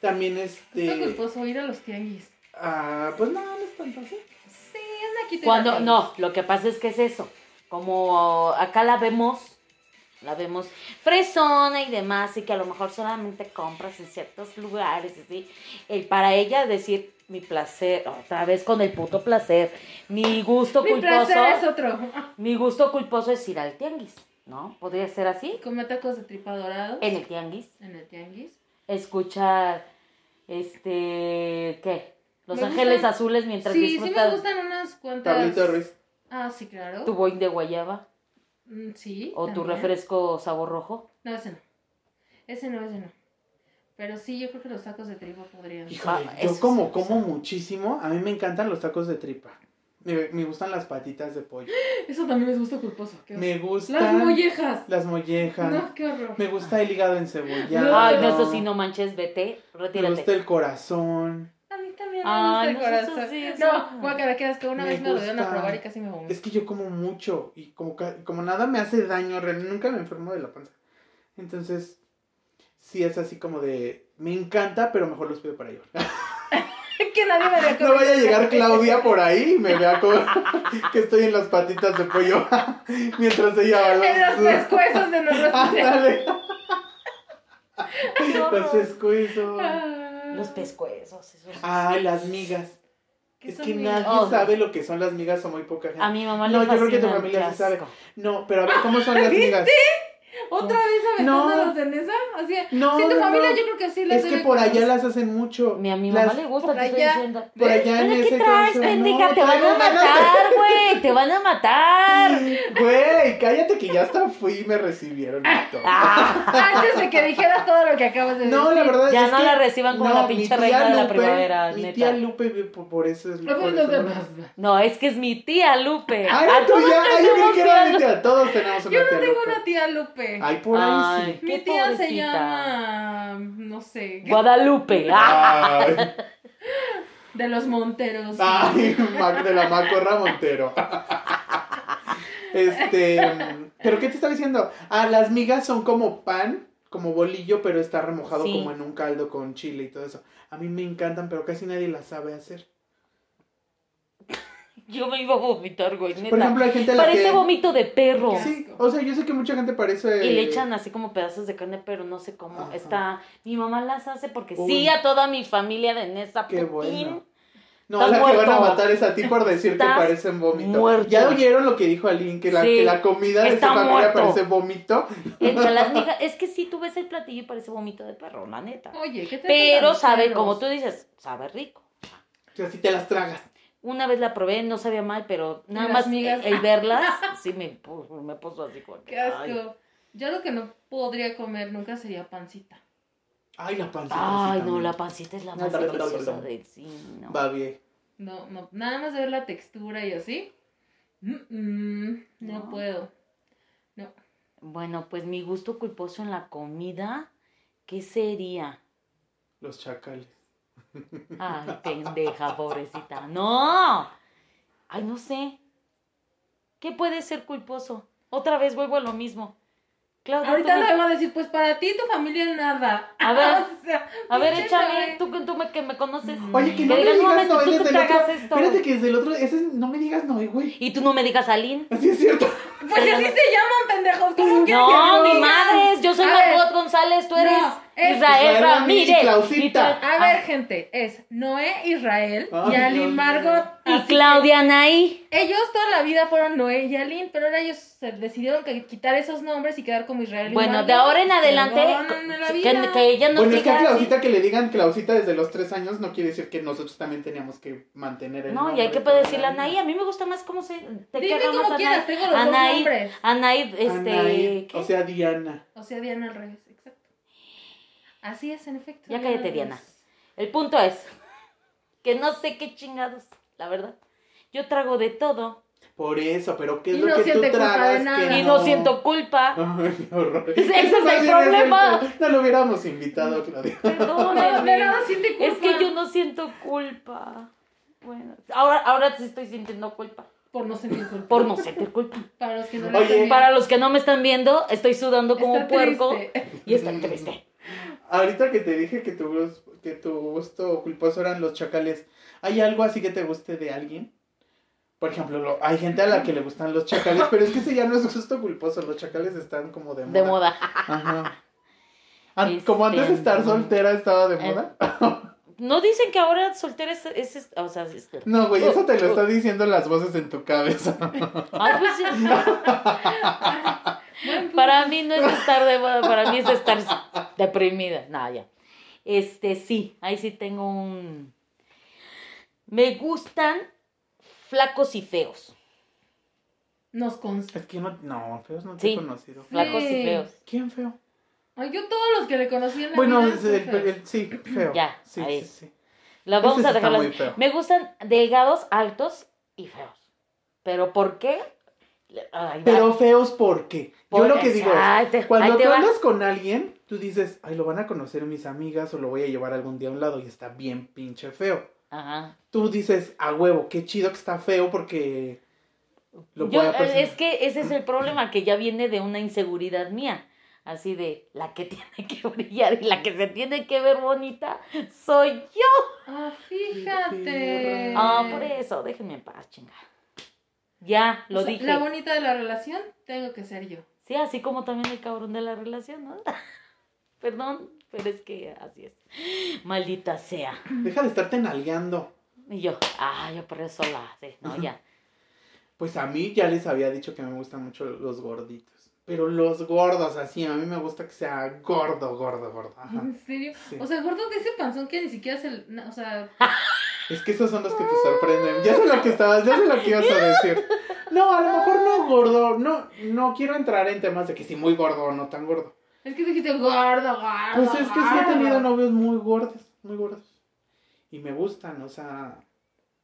[SPEAKER 3] También
[SPEAKER 2] Gusto
[SPEAKER 3] este...
[SPEAKER 2] culposo ir a los tianguis.
[SPEAKER 3] Ah, pues no, no es tanto así.
[SPEAKER 2] Sí, es naquito. ir a
[SPEAKER 4] Cuando.
[SPEAKER 2] tianguis.
[SPEAKER 4] No, lo que pasa es que es eso. Como acá la vemos. La vemos fresona y demás, y que a lo mejor solamente compras en ciertos lugares, así. El para ella decir mi placer, otra vez con el puto placer, mi gusto
[SPEAKER 2] Mi
[SPEAKER 4] culposo.
[SPEAKER 2] placer es otro.
[SPEAKER 4] Mi gusto culposo es ir al tianguis, ¿no? Podría ser así.
[SPEAKER 2] Come tacos de tripa dorado.
[SPEAKER 4] En el tianguis.
[SPEAKER 2] En el tianguis.
[SPEAKER 4] Escuchar, este, ¿qué? Los
[SPEAKER 2] Me
[SPEAKER 4] Ángeles
[SPEAKER 2] gustan-
[SPEAKER 4] Azules mientras
[SPEAKER 2] sí, sí me
[SPEAKER 4] disfrutas
[SPEAKER 2] gustan unas cuantas.
[SPEAKER 3] Carlito Ruiz.
[SPEAKER 2] Ah, sí, claro.
[SPEAKER 4] tu boing de guayaba
[SPEAKER 2] Mm, Sí.
[SPEAKER 4] o tu
[SPEAKER 2] también.
[SPEAKER 4] refresco sabor rojo.
[SPEAKER 2] No, ese no. Ese no, ese no. Pero sí, yo creo que los tacos de tripa podrían.
[SPEAKER 3] Híjole,
[SPEAKER 4] Ah, eso
[SPEAKER 3] yo
[SPEAKER 4] sí
[SPEAKER 3] como,
[SPEAKER 4] me gusta.
[SPEAKER 3] como muchísimo, a mí me encantan los tacos de tripa. Me, me gustan las patitas de pollo.
[SPEAKER 2] Eso también es gusto culposo. qué
[SPEAKER 3] Me
[SPEAKER 2] horror. Las
[SPEAKER 3] gustan
[SPEAKER 2] mollejas.
[SPEAKER 3] las mollejas.
[SPEAKER 2] No, qué horror.
[SPEAKER 3] Me gusta el hígado encebollado.
[SPEAKER 4] Ay, no, eso sí, no manches, vete,
[SPEAKER 3] Me
[SPEAKER 4] retírate.
[SPEAKER 3] gusta el corazón.
[SPEAKER 2] A mí mí también
[SPEAKER 4] Ah,
[SPEAKER 2] me
[SPEAKER 4] no,
[SPEAKER 2] gusta el
[SPEAKER 4] eso
[SPEAKER 2] corazón.
[SPEAKER 4] sí, eso no.
[SPEAKER 2] no, guácala, quedas que una
[SPEAKER 3] Me
[SPEAKER 2] vez me lo dieron a
[SPEAKER 3] gusta.
[SPEAKER 2] probar y casi me vomito.
[SPEAKER 3] Es que yo como mucho y como, ca- como nada me hace daño, realmente nunca me enfermo de la panza. Entonces, sí es así como de, me encanta, pero mejor los pido para llevar.
[SPEAKER 2] que nadie me dejó.
[SPEAKER 3] No vaya a llegar Claudia por ahí y me vea como que estoy en las patitas de pollo mientras ella
[SPEAKER 2] En los
[SPEAKER 3] balanza.
[SPEAKER 2] pescuezos de nuestros
[SPEAKER 3] Ándale.
[SPEAKER 4] No, no.
[SPEAKER 3] Los pescuezos.
[SPEAKER 2] Ah.
[SPEAKER 4] Los pescuezos, esos.
[SPEAKER 3] Ay, Ah, las migas.
[SPEAKER 2] ¿Qué
[SPEAKER 3] Es
[SPEAKER 2] son
[SPEAKER 3] que
[SPEAKER 2] migas?
[SPEAKER 3] nadie
[SPEAKER 4] Oh.
[SPEAKER 3] sabe lo que son las migas o muy poca gente.
[SPEAKER 4] A mi mamá le
[SPEAKER 3] No, yo creo que tu
[SPEAKER 4] fascinan,
[SPEAKER 3] familia
[SPEAKER 4] qué
[SPEAKER 3] sí sabe.
[SPEAKER 4] asco.
[SPEAKER 3] No, pero a ver, ¿cómo son las migas?
[SPEAKER 2] Otra vez aventándolos en esa. O sea,
[SPEAKER 3] No,
[SPEAKER 2] si tu
[SPEAKER 3] no,
[SPEAKER 2] familia
[SPEAKER 3] no.
[SPEAKER 2] yo creo que sí las
[SPEAKER 3] Es que
[SPEAKER 2] debe
[SPEAKER 3] por allá
[SPEAKER 2] conocer.
[SPEAKER 3] las hacen mucho.
[SPEAKER 4] Mi- A mi
[SPEAKER 3] Las-
[SPEAKER 4] mamá le gusta,
[SPEAKER 2] por
[SPEAKER 4] te estoy
[SPEAKER 2] allá.
[SPEAKER 4] diciendo.
[SPEAKER 3] Por allá en
[SPEAKER 4] ¿Pero
[SPEAKER 3] ese
[SPEAKER 4] qué traes,
[SPEAKER 3] entonces, no,
[SPEAKER 4] pendeja? te van
[SPEAKER 3] traigo
[SPEAKER 4] a
[SPEAKER 3] ganas de-
[SPEAKER 4] matar, güey. Te van a matar.
[SPEAKER 3] Güey, cállate que ya hasta fui y me recibieron. Mato.
[SPEAKER 4] Ah,
[SPEAKER 2] Antes de que dijeras todo lo que acabas de decir.
[SPEAKER 3] No, la verdad
[SPEAKER 4] Ya
[SPEAKER 3] es
[SPEAKER 4] no
[SPEAKER 3] que-
[SPEAKER 4] la reciban como la pinche
[SPEAKER 3] mi tía
[SPEAKER 4] reina de la primavera,
[SPEAKER 3] Mi
[SPEAKER 4] neta.
[SPEAKER 3] tía Lupe vive por, por eso es
[SPEAKER 2] Lo que
[SPEAKER 3] por
[SPEAKER 2] los
[SPEAKER 3] eso-
[SPEAKER 2] demás.
[SPEAKER 4] no, es que es mi tía Lupe.
[SPEAKER 3] Ay,
[SPEAKER 4] Ah,
[SPEAKER 3] la tuya, ay, yo creí que era mi
[SPEAKER 4] tenemos
[SPEAKER 3] tía. Todos tenemos una
[SPEAKER 2] Yo no
[SPEAKER 3] tía
[SPEAKER 2] tengo
[SPEAKER 3] Lupe.
[SPEAKER 2] una tía Lupe.
[SPEAKER 3] Ay, por
[SPEAKER 4] Ay.
[SPEAKER 3] ahí sí.
[SPEAKER 2] Mi
[SPEAKER 4] qué
[SPEAKER 2] tía se
[SPEAKER 4] pobrecita.
[SPEAKER 2] llama. No sé.
[SPEAKER 4] Guadalupe. Ah,
[SPEAKER 3] Ay,
[SPEAKER 2] De los Monteros.
[SPEAKER 3] ay, Mac- de la Macorra Montero. Este, pero ¿qué te estaba diciendo? Ah, las migas son como pan, como bolillo, pero está remojado
[SPEAKER 4] Sí.
[SPEAKER 3] como en un caldo con chile y todo eso. A mí me encantan, pero casi nadie las sabe hacer.
[SPEAKER 4] yo me iba a vomitar, güey, neta.
[SPEAKER 3] Por ejemplo, hay gente a la
[SPEAKER 4] Parece
[SPEAKER 3] que
[SPEAKER 4] vómito de perro.
[SPEAKER 3] Sí, o sea, yo sé que mucha gente parece
[SPEAKER 4] Y le echan así como pedazos de carne, pero no sé cómo.
[SPEAKER 3] Ajá.
[SPEAKER 4] Está. Mi mamá las hace porque
[SPEAKER 3] Uy.
[SPEAKER 4] sí a toda mi familia de Nesa
[SPEAKER 3] Qué
[SPEAKER 4] Putin.
[SPEAKER 3] bueno. No,
[SPEAKER 4] Estás
[SPEAKER 3] la que van a
[SPEAKER 4] muerto.
[SPEAKER 3] matar es a ti por decir que
[SPEAKER 4] Estás
[SPEAKER 3] parecen vómito.
[SPEAKER 4] muerto.
[SPEAKER 3] Ya oyeron lo que dijo Aline, que la,
[SPEAKER 4] Sí.
[SPEAKER 3] que la comida de su
[SPEAKER 4] Está
[SPEAKER 3] familia
[SPEAKER 4] muerto.
[SPEAKER 3] parece vómito.
[SPEAKER 4] Entre las migas- Es que sí tú ves el platillo y parece vómito de perro, la neta.
[SPEAKER 2] Oye, ¿qué te
[SPEAKER 4] Pero
[SPEAKER 2] hacen
[SPEAKER 4] sabe,
[SPEAKER 2] los
[SPEAKER 4] como tú
[SPEAKER 2] perros?
[SPEAKER 4] dices, sabe rico.
[SPEAKER 3] O sea, si te las tragas.
[SPEAKER 4] Una vez la probé, no sabía mal, pero nada
[SPEAKER 2] las
[SPEAKER 4] más
[SPEAKER 2] migas.
[SPEAKER 4] el verlas, sí me puso, me puso así como que,
[SPEAKER 2] Qué
[SPEAKER 4] ay.
[SPEAKER 2] asco. Yo lo que no podría comer nunca sería pancita.
[SPEAKER 3] Ay, la pancita.
[SPEAKER 4] Ay,
[SPEAKER 3] sí,
[SPEAKER 4] no,
[SPEAKER 3] también.
[SPEAKER 4] la pancita es la
[SPEAKER 3] No,
[SPEAKER 4] más
[SPEAKER 3] perdón, perdón,
[SPEAKER 4] deliciosa
[SPEAKER 3] perdón.
[SPEAKER 4] del sí, no.
[SPEAKER 3] Va bien.
[SPEAKER 2] No, no, nada más de ver la textura y así. mm, mm, no,
[SPEAKER 4] No.
[SPEAKER 2] puedo.
[SPEAKER 4] Bueno, pues mi gusto culposo en la comida, ¿qué sería?
[SPEAKER 3] Los chacales.
[SPEAKER 4] Ay, pendeja, pobrecita. No. Ay, no sé. ¿Qué puede ser culposo? Otra vez vuelvo a lo mismo. Claudia, tú
[SPEAKER 2] Ahorita
[SPEAKER 4] me-
[SPEAKER 2] le voy a decir, pues para ti y tu familia nada.
[SPEAKER 4] A ver,
[SPEAKER 2] O sea,
[SPEAKER 4] a ver,
[SPEAKER 2] pinche
[SPEAKER 4] échame,
[SPEAKER 2] madre.
[SPEAKER 4] tú, que- tú me, que me conoces.
[SPEAKER 3] Oye, que no
[SPEAKER 4] digas,
[SPEAKER 3] me
[SPEAKER 4] no
[SPEAKER 3] digas
[SPEAKER 4] mames,
[SPEAKER 3] no,
[SPEAKER 4] tú-
[SPEAKER 3] es
[SPEAKER 4] tú
[SPEAKER 3] desde el
[SPEAKER 4] te hagas
[SPEAKER 3] otro.
[SPEAKER 4] esto.
[SPEAKER 3] Espérate que desde el otro. Ese es- no me digas no, eh, güey.
[SPEAKER 4] Y tú no me digas Aline.
[SPEAKER 3] Así es cierto.
[SPEAKER 2] Pues así se llaman, pendejos. ¿Cómo quieren que
[SPEAKER 4] No,
[SPEAKER 2] me
[SPEAKER 4] ni
[SPEAKER 2] digan?
[SPEAKER 4] madres. Yo soy
[SPEAKER 2] A ver,
[SPEAKER 4] Margot González, tú eres
[SPEAKER 2] No, es-
[SPEAKER 4] Israel
[SPEAKER 3] Israel Ramírez y
[SPEAKER 4] Ramírez.
[SPEAKER 3] Clausita.
[SPEAKER 4] tú-
[SPEAKER 2] A ver, gente, es Noé Israel y
[SPEAKER 3] Ay, Dios
[SPEAKER 2] Alin Margot.
[SPEAKER 4] Ah, Y
[SPEAKER 2] así que
[SPEAKER 4] Claudia Anaí.
[SPEAKER 2] Ellos toda la vida fueron Noé y Alin, pero ahora ellos se decidieron que quitar esos nombres y quedar como Israel y
[SPEAKER 4] Bueno,
[SPEAKER 2] Margot.
[SPEAKER 4] de ahora en adelante,
[SPEAKER 2] Perdónenme la
[SPEAKER 4] que,
[SPEAKER 2] vida.
[SPEAKER 4] que ella nos
[SPEAKER 3] bueno, Pues es que a
[SPEAKER 4] diga así.
[SPEAKER 3] Clausita que le digan Clausita desde los tres años no quiere decir que nosotros también teníamos que mantener el
[SPEAKER 4] No, y hay
[SPEAKER 3] nombre
[SPEAKER 4] que
[SPEAKER 3] toda la
[SPEAKER 4] decirle a
[SPEAKER 3] vida.
[SPEAKER 4] Anaí. A mí me gusta más cómo se. Te
[SPEAKER 2] Dime
[SPEAKER 4] queda más
[SPEAKER 2] como
[SPEAKER 4] Anaí.
[SPEAKER 2] quieras, tengo los dos
[SPEAKER 4] Anaí,
[SPEAKER 2] nombres.
[SPEAKER 4] Anaí, este.
[SPEAKER 3] Anaí,
[SPEAKER 4] ¿qué?
[SPEAKER 3] o sea, Diana.
[SPEAKER 2] O sea, Diana al revés, exacto. Así es, en efecto.
[SPEAKER 4] Ya
[SPEAKER 2] Diana
[SPEAKER 4] cállate,
[SPEAKER 2] al
[SPEAKER 4] Diana.
[SPEAKER 2] revés.
[SPEAKER 4] El punto es que no sé qué chingados, la verdad. Yo trago de todo
[SPEAKER 3] Por eso, pero ¿qué es
[SPEAKER 2] Y
[SPEAKER 3] lo
[SPEAKER 2] no
[SPEAKER 3] que
[SPEAKER 2] siente
[SPEAKER 3] tú
[SPEAKER 2] culpa de
[SPEAKER 3] tragas?
[SPEAKER 2] nada.
[SPEAKER 3] que
[SPEAKER 4] y no siento culpa.
[SPEAKER 3] Ay, qué horror.
[SPEAKER 4] Ese es
[SPEAKER 3] Eso
[SPEAKER 4] el
[SPEAKER 3] más bien
[SPEAKER 4] problema.
[SPEAKER 3] el- No lo hubiéramos invitado, Claudia.
[SPEAKER 2] No, de
[SPEAKER 4] Perdónenme.
[SPEAKER 2] nada siente culpa.
[SPEAKER 4] Es que yo no siento culpa. Bueno, ahora, ahora sí estoy sintiendo culpa.
[SPEAKER 2] Por no sentir culpa.
[SPEAKER 4] Por no sentir culpa.
[SPEAKER 2] Para los que no
[SPEAKER 3] Oye,
[SPEAKER 2] lo
[SPEAKER 4] Para los que no me están viendo, estoy sudando como
[SPEAKER 2] Está
[SPEAKER 4] un puerco
[SPEAKER 2] triste.
[SPEAKER 4] y estoy triste.
[SPEAKER 3] Ahorita que te dije que tu, gus- que tu gusto culposo eran los chacales, ¿hay algo así que te guste de alguien? Por ejemplo, lo- hay gente a la que le gustan los chacales, pero es que ese ya no es gusto culposo. Los chacales están como de moda.
[SPEAKER 4] De moda.
[SPEAKER 3] Ajá. An-
[SPEAKER 4] Este, Eh.
[SPEAKER 3] Como antes de estar
[SPEAKER 4] no.
[SPEAKER 3] soltera estaba de moda.
[SPEAKER 4] No dicen que ahora soltera es, es- es- o sea, es-
[SPEAKER 3] No, güey, eso te lo
[SPEAKER 4] Uh,
[SPEAKER 3] está diciendo las voces en tu cabeza.
[SPEAKER 4] Ay, pues, sí.
[SPEAKER 2] Buen punto.
[SPEAKER 4] para mí no es estar de moda, para mí es estar deprimida. Nada, ya. Este, sí, ahí sí tengo un... Me gustan flacos y feos.
[SPEAKER 2] Nos consta.
[SPEAKER 3] Es que no, no, feos no te
[SPEAKER 4] Sí.
[SPEAKER 3] he conocido.
[SPEAKER 4] Flacos y
[SPEAKER 2] Sí.
[SPEAKER 4] feos.
[SPEAKER 3] ¿Quién feo?
[SPEAKER 2] Ay, yo todos los que le conocí en la
[SPEAKER 3] Bueno,
[SPEAKER 2] vida
[SPEAKER 3] es
[SPEAKER 2] son
[SPEAKER 3] el-
[SPEAKER 2] feos.
[SPEAKER 3] el- sí, feo.
[SPEAKER 4] Ya,
[SPEAKER 3] sí,
[SPEAKER 4] ahí.
[SPEAKER 3] sí, sí.
[SPEAKER 4] Lo
[SPEAKER 3] Ese
[SPEAKER 4] vamos
[SPEAKER 3] sí
[SPEAKER 4] a
[SPEAKER 3] está
[SPEAKER 4] dejar
[SPEAKER 3] muy feo.
[SPEAKER 4] Me gustan delgados, altos y feos. Pero ¿por qué? Ay, va.
[SPEAKER 3] Pero feos, ¿por qué? Yo
[SPEAKER 4] Por-
[SPEAKER 3] lo que digo es,
[SPEAKER 4] Ay, te-
[SPEAKER 3] Cuando
[SPEAKER 4] ahí te
[SPEAKER 3] tú
[SPEAKER 4] va.
[SPEAKER 3] andas con alguien, tú dices, ay, lo van a conocer mis amigas o lo voy a llevar algún día a un lado y está bien pinche feo.
[SPEAKER 4] Ajá.
[SPEAKER 3] tú dices, a huevo, qué chido que está feo porque lo
[SPEAKER 4] Yo,
[SPEAKER 3] puede
[SPEAKER 4] eh,
[SPEAKER 3] apreciar.
[SPEAKER 4] es que ese es el problema, que ya viene de una inseguridad mía. Así de la que tiene que brillar y la que se tiene que ver bonita soy yo.
[SPEAKER 2] Ah, fíjate.
[SPEAKER 4] Ah, por eso, déjenme en paz, chinga. Ya, lo
[SPEAKER 2] O sea,
[SPEAKER 4] dije.
[SPEAKER 2] La bonita de la relación tengo que ser yo.
[SPEAKER 4] Sí, así como también el cabrón de la relación, ¿no? Perdón, pero es que así es. Maldita sea.
[SPEAKER 3] Deja de estarte nalgueando.
[SPEAKER 4] Y yo, ah, yo por eso la sí, No, ya.
[SPEAKER 3] Pues a mí ya les había dicho que me gustan mucho los gorditos. Pero los gordos, así, a mí me gusta que sea gordo, gordo, gordo. Ajá.
[SPEAKER 2] ¿En serio?
[SPEAKER 3] Sí.
[SPEAKER 2] O sea, el gordo que ese panzón que ni siquiera se... le- no, O sea,
[SPEAKER 3] Es que esos son los que te sorprenden. Ya sé lo que estabas, ya sé lo que ibas a decir. No, a lo mejor no gordo. No, no quiero entrar en temas de que si muy gordo o no tan gordo.
[SPEAKER 2] es que dijiste gordo, gordo.
[SPEAKER 3] Pues es que sí he
[SPEAKER 2] gordo.
[SPEAKER 3] tenido novios muy gordos, muy gordos. Y me gustan, o sea.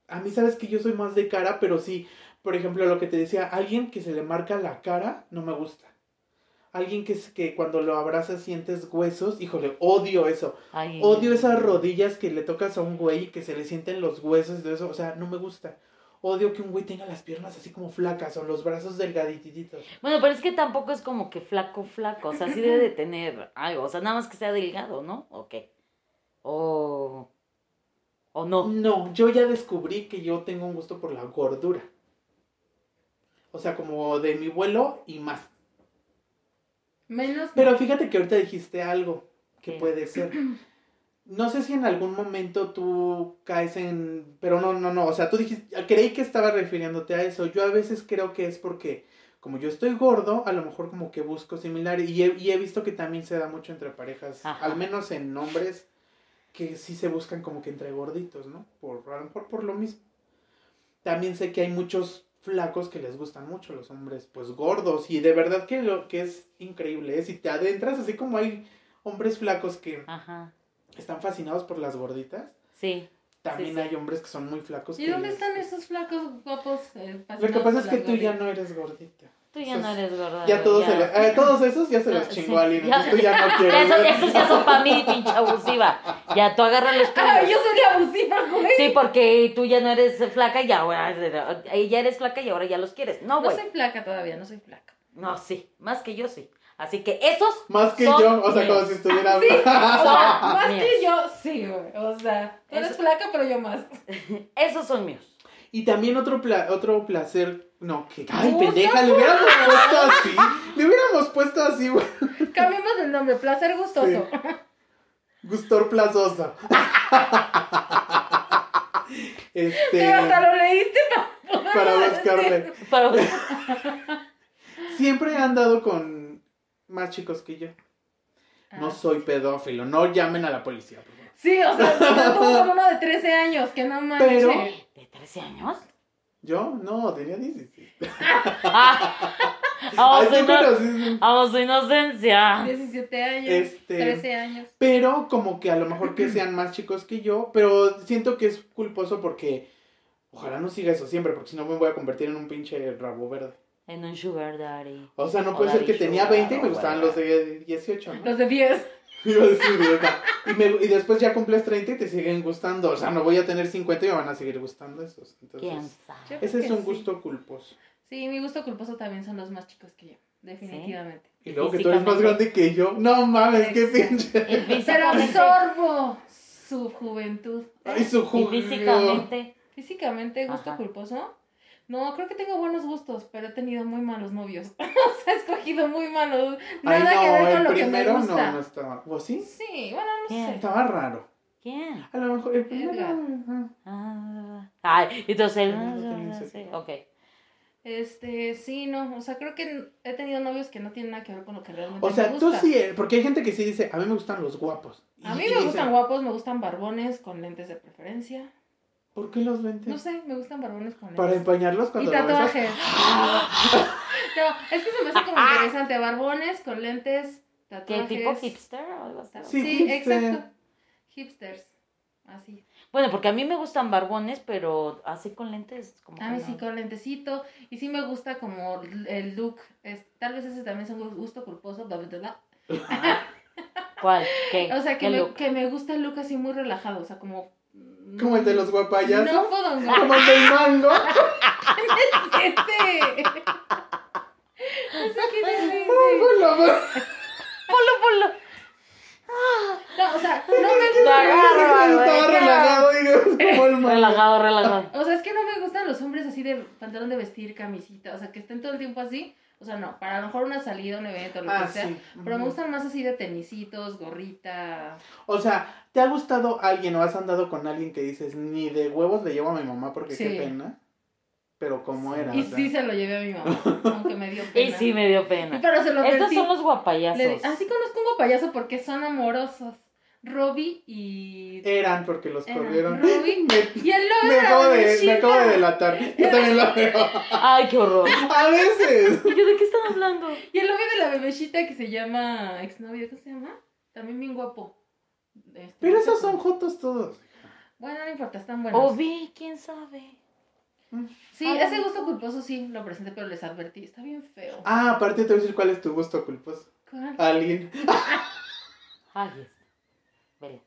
[SPEAKER 3] A mí sabes que yo soy más de cara, pero sí, por ejemplo, lo que te decía, alguien que se le marca la cara, no me gusta. Alguien que, es- que cuando lo abrazas sientes huesos, híjole, odio eso.
[SPEAKER 4] Ay,
[SPEAKER 3] Odio esas rodillas que le tocas a un güey y que se le sienten los huesos y todo eso. O sea, no me gusta. Odio que un güey tenga las piernas así como flacas o los brazos delgadititos.
[SPEAKER 4] Bueno, pero es que tampoco es como que flaco, flaco. O sea, sí debe de tener algo. O sea, nada más que sea delgado, ¿no? ¿O qué? O. O no.
[SPEAKER 3] No, yo ya descubrí que yo tengo un gusto por la gordura. O sea, como de mi vuelo y más.
[SPEAKER 2] Menos...
[SPEAKER 3] Pero fíjate que ahorita dijiste algo que
[SPEAKER 4] ¿Qué?
[SPEAKER 3] puede ser. No sé si en algún momento tú caes en... Pero no, no, no. O sea, tú dijiste... Creí que estaba refiriéndote a eso. Yo a veces creo que es porque como yo estoy gordo, a lo mejor como que busco similar. Y he, y he visto que también se da mucho entre parejas.
[SPEAKER 4] Ajá.
[SPEAKER 3] Al menos en hombres que sí se buscan como que entre gorditos, ¿no? Por, a lo mejor por lo mismo. También sé que hay muchos flacos que les gustan mucho los hombres, pues gordos. Y de verdad que lo que es increíble es si te adentras, así como hay hombres flacos que
[SPEAKER 4] Ajá.
[SPEAKER 3] están fascinados por las gorditas,
[SPEAKER 4] Sí.
[SPEAKER 3] también
[SPEAKER 4] sí.
[SPEAKER 3] hay hombres que son muy flacos.
[SPEAKER 2] ¿Y
[SPEAKER 3] que
[SPEAKER 2] dónde
[SPEAKER 3] les-
[SPEAKER 2] están esos flacos guapos? eh,
[SPEAKER 3] Lo que
[SPEAKER 2] fascinados
[SPEAKER 3] pasa es
[SPEAKER 2] por
[SPEAKER 3] que
[SPEAKER 2] las
[SPEAKER 3] tú ya
[SPEAKER 2] gorditas?
[SPEAKER 3] no eres gordita.
[SPEAKER 4] Tú ya no eres gorda.
[SPEAKER 3] Ya todos, se
[SPEAKER 4] Ah, ya.
[SPEAKER 3] los- a todos esos ya se
[SPEAKER 4] No,
[SPEAKER 3] los
[SPEAKER 4] sí.
[SPEAKER 3] chingó alguien,
[SPEAKER 4] Ya-
[SPEAKER 3] entonces tú ya no quieres.
[SPEAKER 4] Esos, esos ya son para mí, pinche abusiva. Ya tú agarras los
[SPEAKER 2] Ah,
[SPEAKER 4] tuyos.
[SPEAKER 2] yo soy abusiva, güey.
[SPEAKER 4] Sí, porque tú ya no eres flaca y ahora eh, ya eres flaca y ahora ya los quieres. No,
[SPEAKER 2] No
[SPEAKER 4] güey.
[SPEAKER 2] soy flaca todavía, no soy flaca.
[SPEAKER 4] No, sí, más que yo sí. Así que esos
[SPEAKER 3] Más que
[SPEAKER 4] son
[SPEAKER 3] yo, o sea, como
[SPEAKER 4] míos.
[SPEAKER 3] si estuviera...
[SPEAKER 2] Sí, o sea,
[SPEAKER 4] Ah,
[SPEAKER 2] más
[SPEAKER 4] mías.
[SPEAKER 2] que yo, sí, güey. O sea, tú eres
[SPEAKER 4] Eso-
[SPEAKER 2] flaca, pero yo más.
[SPEAKER 4] Esos son míos.
[SPEAKER 3] Y también otro, pla- otro placer. No, que. Ay,
[SPEAKER 2] Puta
[SPEAKER 3] pendeja, le hubiéramos puesto así. Le hubiéramos puesto así, güey.
[SPEAKER 2] Cambiemos el nombre, placer gustoso.
[SPEAKER 3] Gustor Plazosa.
[SPEAKER 2] Pero hasta
[SPEAKER 3] este.
[SPEAKER 2] lo leíste para poderlo
[SPEAKER 3] Para
[SPEAKER 2] decir.
[SPEAKER 3] buscarle.
[SPEAKER 4] Pero-
[SPEAKER 3] Siempre he andado con más chicos que yo. No
[SPEAKER 2] Ah.
[SPEAKER 3] soy pedófilo. No llamen a la policía, por favor.
[SPEAKER 2] Sí, o sea, anduvo con uno de 13 años, que no eh. manches.
[SPEAKER 3] Pero-
[SPEAKER 4] ¿De 13 años?
[SPEAKER 3] Yo no, tenía 16.
[SPEAKER 4] Ah,
[SPEAKER 2] Oh,
[SPEAKER 3] Ay,
[SPEAKER 4] vamos,
[SPEAKER 3] sí,
[SPEAKER 4] su ino-
[SPEAKER 3] pero sí-
[SPEAKER 4] vamos su inocencia.
[SPEAKER 2] 17 años,
[SPEAKER 3] Este-
[SPEAKER 2] 13 años.
[SPEAKER 3] Pero como que a lo mejor que sean más chicos que yo, pero siento que es culposo porque ojalá no siga eso siempre, porque si no me voy a convertir en un pinche rabo verde.
[SPEAKER 4] En un sugar daddy.
[SPEAKER 3] O sea, no
[SPEAKER 4] O
[SPEAKER 3] puede ser
[SPEAKER 4] daddy
[SPEAKER 3] que tenía
[SPEAKER 4] sugar,
[SPEAKER 3] 20 y me
[SPEAKER 4] o
[SPEAKER 3] gustaban
[SPEAKER 4] whatever.
[SPEAKER 3] los de 18, ¿no?
[SPEAKER 2] Los de 10.
[SPEAKER 3] Iba a decir, ¿verdad? y, me- y después ya cumples 30 y te siguen gustando. O sea, no voy a tener 50 y me van a seguir gustando esos.
[SPEAKER 4] ¿Quién
[SPEAKER 3] Entonces,
[SPEAKER 4] sabe?
[SPEAKER 2] Yo creo
[SPEAKER 3] ese es
[SPEAKER 2] que
[SPEAKER 3] un
[SPEAKER 2] sí.
[SPEAKER 3] gusto culposo.
[SPEAKER 2] Sí, mi gusto culposo también son los más chicos que yo, definitivamente.
[SPEAKER 3] Y luego que tú eres más grande que yo. No mames, qué pinche.
[SPEAKER 4] Y
[SPEAKER 2] Pero
[SPEAKER 4] físicamente.
[SPEAKER 2] absorbo su juventud.
[SPEAKER 3] Ay, su
[SPEAKER 4] Y
[SPEAKER 3] jugo.
[SPEAKER 4] físicamente.
[SPEAKER 2] Físicamente, gusto
[SPEAKER 4] Ajá.
[SPEAKER 2] culposo. No, creo que tengo buenos gustos, pero he tenido muy malos novios. o sea, he escogido muy malos.
[SPEAKER 3] Ay,
[SPEAKER 2] Nada que ver
[SPEAKER 3] no,
[SPEAKER 2] con
[SPEAKER 3] el
[SPEAKER 2] lo que
[SPEAKER 3] primero
[SPEAKER 2] me gusta.
[SPEAKER 3] no, no estaba. ¿Vos sí?
[SPEAKER 2] Sí, bueno, no
[SPEAKER 4] Bien.
[SPEAKER 2] sé.
[SPEAKER 3] Estaba raro.
[SPEAKER 4] ¿Quién?
[SPEAKER 3] A lo mejor el primero.
[SPEAKER 2] Edgar.
[SPEAKER 3] ajá.
[SPEAKER 4] Ah, ay, entonces.
[SPEAKER 3] También lo tenía
[SPEAKER 4] sí,
[SPEAKER 3] cerca.
[SPEAKER 4] ok.
[SPEAKER 2] Este, sí, no. O sea, creo que he tenido novios que no tienen nada que ver con lo que realmente
[SPEAKER 3] O sea,
[SPEAKER 2] me
[SPEAKER 3] tú
[SPEAKER 2] gusta.
[SPEAKER 3] sí, eh, porque hay gente que sí dice, a mí me gustan los guapos. Y-
[SPEAKER 2] A mí
[SPEAKER 3] y
[SPEAKER 2] me
[SPEAKER 3] dicen,
[SPEAKER 2] gustan guapos, me gustan barbones con lentes de preferencia.
[SPEAKER 3] ¿Por qué los lentes?
[SPEAKER 2] No sé, me gustan barbones con
[SPEAKER 3] Para
[SPEAKER 2] lentes.
[SPEAKER 3] empañarlos
[SPEAKER 2] Y
[SPEAKER 3] cuando lo besas.
[SPEAKER 2] tatuajes. no, es que se me hace como interesante. Barbones con lentes,
[SPEAKER 4] ¿Qué
[SPEAKER 2] tatuajes.
[SPEAKER 4] tipo hipster o algo así?
[SPEAKER 3] Sí,
[SPEAKER 2] Sí,
[SPEAKER 3] hipster.
[SPEAKER 2] exacto. Hipsters. Así.
[SPEAKER 4] Bueno, porque a mí me gustan barbones, pero así con lentes. Como
[SPEAKER 2] A
[SPEAKER 4] que
[SPEAKER 2] mí
[SPEAKER 4] no.
[SPEAKER 2] sí, con lentecito. Y sí me gusta como el look. Es- tal vez ese también es un gusto culposo. bla, bla, bla, bla.
[SPEAKER 4] ¿Cuál? ¿Qué?
[SPEAKER 2] O sea, que
[SPEAKER 4] ¿Qué
[SPEAKER 2] me,
[SPEAKER 4] look?
[SPEAKER 2] que me gusta el look así muy relajado. O sea, como mm,
[SPEAKER 3] Como el de los guapayas.
[SPEAKER 2] No fodongo.
[SPEAKER 3] Como el del mango.
[SPEAKER 2] Este. No sé quién es ese.
[SPEAKER 3] Bueno, bueno.
[SPEAKER 4] Polo,
[SPEAKER 2] No, o sea, no me
[SPEAKER 4] Bárbaro, güey,
[SPEAKER 3] Estaba
[SPEAKER 4] qué
[SPEAKER 3] relajado, digo, como el
[SPEAKER 4] polo.
[SPEAKER 3] mango.
[SPEAKER 4] Relajado, relajado.
[SPEAKER 2] O sea, es que no me gustan los hombres así de pantalón de vestir, camisita, o sea, que estén todo el tiempo así. O sea, no, para a lo mejor una salida, un evento, lo
[SPEAKER 3] Ah,
[SPEAKER 2] que sea.
[SPEAKER 3] sí.
[SPEAKER 2] Pero me
[SPEAKER 3] Ujú.
[SPEAKER 2] gustan más así de tenisitos, gorrita.
[SPEAKER 3] O sea, ¿te ha gustado alguien o has andado con alguien que dices, ni de huevos le llevo a mi mamá porque
[SPEAKER 2] Sí.
[SPEAKER 3] qué pena? Pero ¿cómo era?
[SPEAKER 2] Y
[SPEAKER 3] O sea,
[SPEAKER 2] sí se lo llevé a mi mamá, aunque me dio pena.
[SPEAKER 4] Y sí, me dio pena.
[SPEAKER 2] Pero se lo
[SPEAKER 4] Estos
[SPEAKER 2] advertí.
[SPEAKER 4] son
[SPEAKER 2] Le
[SPEAKER 4] los
[SPEAKER 2] di- ah,
[SPEAKER 4] guapayazos.
[SPEAKER 2] así conozco un payaso porque son amorosos. Robbie y...
[SPEAKER 3] Eran porque los
[SPEAKER 2] eran
[SPEAKER 3] corrieron.
[SPEAKER 2] Robbie
[SPEAKER 3] Me,
[SPEAKER 2] y el lobo
[SPEAKER 3] me
[SPEAKER 2] de
[SPEAKER 3] acabo
[SPEAKER 2] la
[SPEAKER 3] de, me
[SPEAKER 2] Virginia.
[SPEAKER 3] acabo de delatar. Yo también lo veo.
[SPEAKER 4] Ay, qué horror.
[SPEAKER 3] A veces.
[SPEAKER 4] ¿Y yo de qué están hablando?
[SPEAKER 2] Y el novio de la bebecita que se llama exnovio, ¿cómo se llama? También bien guapo. Este,
[SPEAKER 3] Pero
[SPEAKER 2] no sé
[SPEAKER 3] esos son
[SPEAKER 2] cómo.
[SPEAKER 3] jotos todos.
[SPEAKER 2] Bueno, no importa, están buenos.
[SPEAKER 4] O vi, quién sabe.
[SPEAKER 2] Sí,
[SPEAKER 4] Ay,
[SPEAKER 2] ese
[SPEAKER 4] Ah, no.
[SPEAKER 2] gusto culposo sí lo presenté, pero les advertí, está bien feo.
[SPEAKER 3] Ah, aparte te voy a decir cuál es tu gusto culposo.
[SPEAKER 2] ¿Cuál?
[SPEAKER 3] Alguien.
[SPEAKER 4] Ay, este. Vela.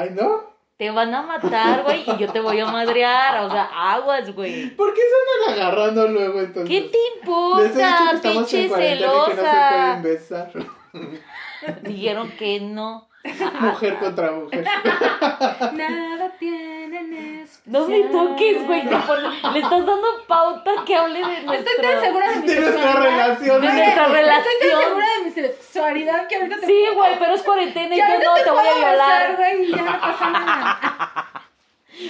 [SPEAKER 3] Ay, ¿no?
[SPEAKER 4] Te van a matar, güey, y yo te voy a madrear. O sea, aguas, güey.
[SPEAKER 3] ¿Por qué se andan agarrando luego entonces?
[SPEAKER 4] ¿Qué te
[SPEAKER 3] Les he dicho que
[SPEAKER 4] importa,
[SPEAKER 3] estamos en
[SPEAKER 4] pinche
[SPEAKER 3] cuarentena y que no se pueden
[SPEAKER 4] celosa?
[SPEAKER 3] besar.
[SPEAKER 4] Dijeron que no.
[SPEAKER 3] Mujer contra mujer.
[SPEAKER 2] Nada tienen especial.
[SPEAKER 4] No me toques, güey. te pon- Le estás dando pauta que hable de nuestro...
[SPEAKER 2] Estoy tan segura de mi
[SPEAKER 3] De nuestra
[SPEAKER 2] sexualidad.
[SPEAKER 3] relación. ¿eh?
[SPEAKER 4] De nuestra
[SPEAKER 2] Estoy tan
[SPEAKER 4] relación.
[SPEAKER 2] segura de mi sexualidad que ahorita te
[SPEAKER 4] Sí, güey, pero es cuarentena y
[SPEAKER 2] que ahorita
[SPEAKER 4] yo no te voy a
[SPEAKER 2] puedo besar,
[SPEAKER 4] violar.
[SPEAKER 2] güey, y ya no pasa nada.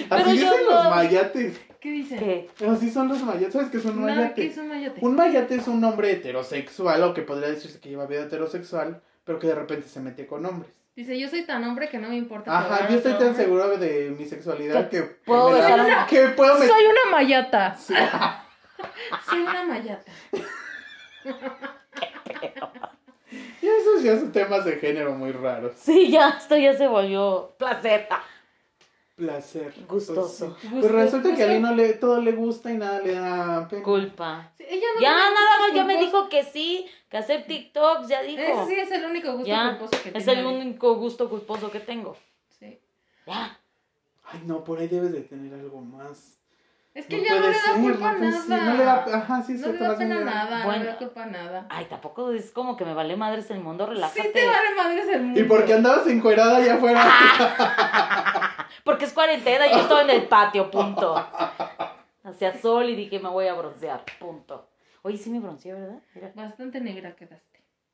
[SPEAKER 4] Pero
[SPEAKER 3] Así
[SPEAKER 4] yo
[SPEAKER 3] dicen los
[SPEAKER 4] no.
[SPEAKER 3] mayates.
[SPEAKER 2] ¿Qué dicen?
[SPEAKER 4] ¿Qué?
[SPEAKER 3] Así son los mayates. ¿Sabes qué son
[SPEAKER 2] No,
[SPEAKER 3] mayates?
[SPEAKER 2] ¿qué es un mayate?
[SPEAKER 3] Un mayate es un hombre heterosexual, o que podría decirse que lleva vida heterosexual, pero que de repente se mete con hombres.
[SPEAKER 2] Dice, yo soy tan hombre que no me importa.
[SPEAKER 3] Ajá,
[SPEAKER 2] probar
[SPEAKER 3] yo estoy
[SPEAKER 2] otro
[SPEAKER 3] tan
[SPEAKER 2] hombre".
[SPEAKER 3] seguro de mi sexualidad que.
[SPEAKER 4] puedo
[SPEAKER 3] me da-
[SPEAKER 4] besar a-
[SPEAKER 3] Que puedo meter.
[SPEAKER 2] Soy una mayata.
[SPEAKER 3] Sí.
[SPEAKER 2] Soy una mayata.
[SPEAKER 3] Y esos ya son temas de género muy raros.
[SPEAKER 4] Sí, ya, esto ya se volvió placer.
[SPEAKER 3] Placer.
[SPEAKER 4] Gustoso.
[SPEAKER 3] Pues sí. Pues resulta que a
[SPEAKER 2] Gusto.
[SPEAKER 3] Lee no le, todo le gusta y nada le da pena.
[SPEAKER 4] Culpa.
[SPEAKER 2] Sí, ella no
[SPEAKER 4] Ya,
[SPEAKER 2] tiene
[SPEAKER 4] nada más,
[SPEAKER 2] gustos
[SPEAKER 4] ya me
[SPEAKER 2] culposos.
[SPEAKER 4] dijo que sí, que hacer TikToks, ya dijo.
[SPEAKER 2] Ese sí es el único gusto
[SPEAKER 4] ya,
[SPEAKER 2] culposo que
[SPEAKER 4] es
[SPEAKER 2] tiene.
[SPEAKER 4] el único gusto culposo que tengo.
[SPEAKER 2] Sí.
[SPEAKER 4] Ya.
[SPEAKER 3] Ay, no, por ahí debes de tener algo más.
[SPEAKER 2] Es que ya no
[SPEAKER 3] puede
[SPEAKER 2] le da
[SPEAKER 3] ser,
[SPEAKER 2] culpa a
[SPEAKER 3] no puede
[SPEAKER 2] nada.
[SPEAKER 3] ser, No le da. Ajá, sí,
[SPEAKER 2] No
[SPEAKER 3] se
[SPEAKER 2] le
[SPEAKER 3] te va
[SPEAKER 2] da
[SPEAKER 3] a
[SPEAKER 2] pena
[SPEAKER 3] señalar.
[SPEAKER 2] nada, no
[SPEAKER 4] Bueno.
[SPEAKER 2] le da culpa a nada.
[SPEAKER 4] Ay, tampoco es como que me vale madres el mundo,
[SPEAKER 2] Sí
[SPEAKER 4] relájate.
[SPEAKER 2] te vale madres el mundo.
[SPEAKER 3] ¿Y por qué andabas encuerada allá afuera?
[SPEAKER 4] Porque es cuarentena y yo estoy en el patio, punto. Hacía sol y dije, me voy a broncear, punto. Oye, sí me bronceé, ¿verdad? Mira.
[SPEAKER 2] Bastante negra quedaste.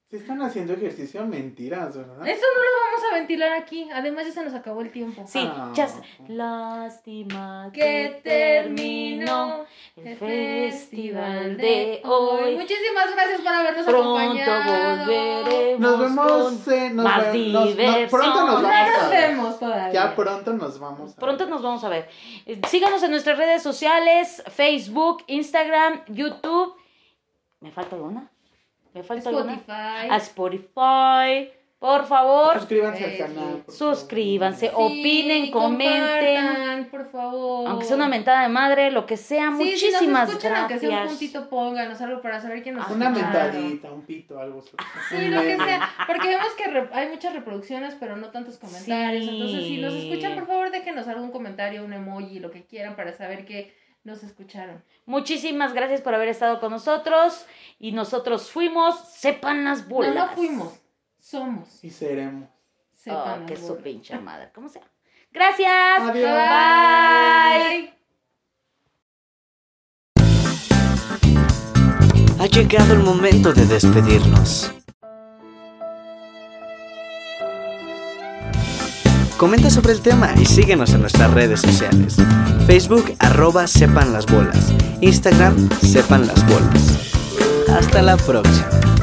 [SPEAKER 3] Se están haciendo ejercicio mentiras, ¿verdad?
[SPEAKER 2] Eso no lo vamos a ventilar aquí. Además, ya se nos acabó el tiempo.
[SPEAKER 4] Sí,
[SPEAKER 3] Ah.
[SPEAKER 4] ya sé. Lástima
[SPEAKER 2] Que terminó
[SPEAKER 4] el festival de hoy.
[SPEAKER 2] Muchísimas gracias por habernos
[SPEAKER 4] Pronto
[SPEAKER 2] acompañado.
[SPEAKER 4] volveremos.
[SPEAKER 3] Nos vemos,
[SPEAKER 4] con-
[SPEAKER 3] eh, nos
[SPEAKER 4] más
[SPEAKER 3] ve- nos- no,
[SPEAKER 4] diversión.
[SPEAKER 3] pronto nos
[SPEAKER 2] No
[SPEAKER 3] vamos a
[SPEAKER 2] nos
[SPEAKER 3] ver.
[SPEAKER 2] vemos todavía.
[SPEAKER 3] Ya pronto nos vamos. a
[SPEAKER 4] Pronto
[SPEAKER 3] ver.
[SPEAKER 4] nos vamos a ver. Eh, Síganos en nuestras redes sociales, Facebook, Instagram, YouTube. ¿Me falta alguna? ¿Me falta alguna?
[SPEAKER 2] Spotify.
[SPEAKER 4] A Spotify. Por favor,
[SPEAKER 3] Suscríbanse al
[SPEAKER 2] Eh,
[SPEAKER 3] canal. por favor.
[SPEAKER 4] suscríbanse.
[SPEAKER 2] Sí,
[SPEAKER 4] opinen, comenten.
[SPEAKER 2] compartan, por favor.
[SPEAKER 4] Aunque sea una mentada de madre, lo que sea.
[SPEAKER 2] Sí, si nos
[SPEAKER 4] Muchísimas
[SPEAKER 2] escuchan, Aunque
[SPEAKER 4] gracias.
[SPEAKER 2] sea un puntito, pónganos algo para saber quién nos
[SPEAKER 3] Una
[SPEAKER 2] escucharon.
[SPEAKER 3] mentadita, un pito, algo.
[SPEAKER 2] Ah, Sí, lo que sea. Porque vemos que re- hay muchas reproducciones, pero no tantos comentarios.
[SPEAKER 4] Sí.
[SPEAKER 2] Entonces, si nos escuchan, por favor, déjenos algún comentario, un emoji, lo que quieran, para saber que nos escucharon.
[SPEAKER 4] Muchísimas gracias por haber estado con nosotros. Y nosotros fuimos, sepan las bolas.
[SPEAKER 2] No, no fuimos. Somos.
[SPEAKER 3] Y seremos.
[SPEAKER 4] Oh,
[SPEAKER 2] Sepan
[SPEAKER 4] que
[SPEAKER 2] las
[SPEAKER 4] su
[SPEAKER 2] bolas.
[SPEAKER 4] pinche madre. ¿Cómo sea? Gracias.
[SPEAKER 3] Adiós.
[SPEAKER 4] Bye.
[SPEAKER 2] Bye.
[SPEAKER 1] Ha llegado el momento de despedirnos. Comenta sobre el tema y síguenos en nuestras redes sociales. Facebook arroba sepan las bolas. Instagram sepan las bolas. Hasta la próxima.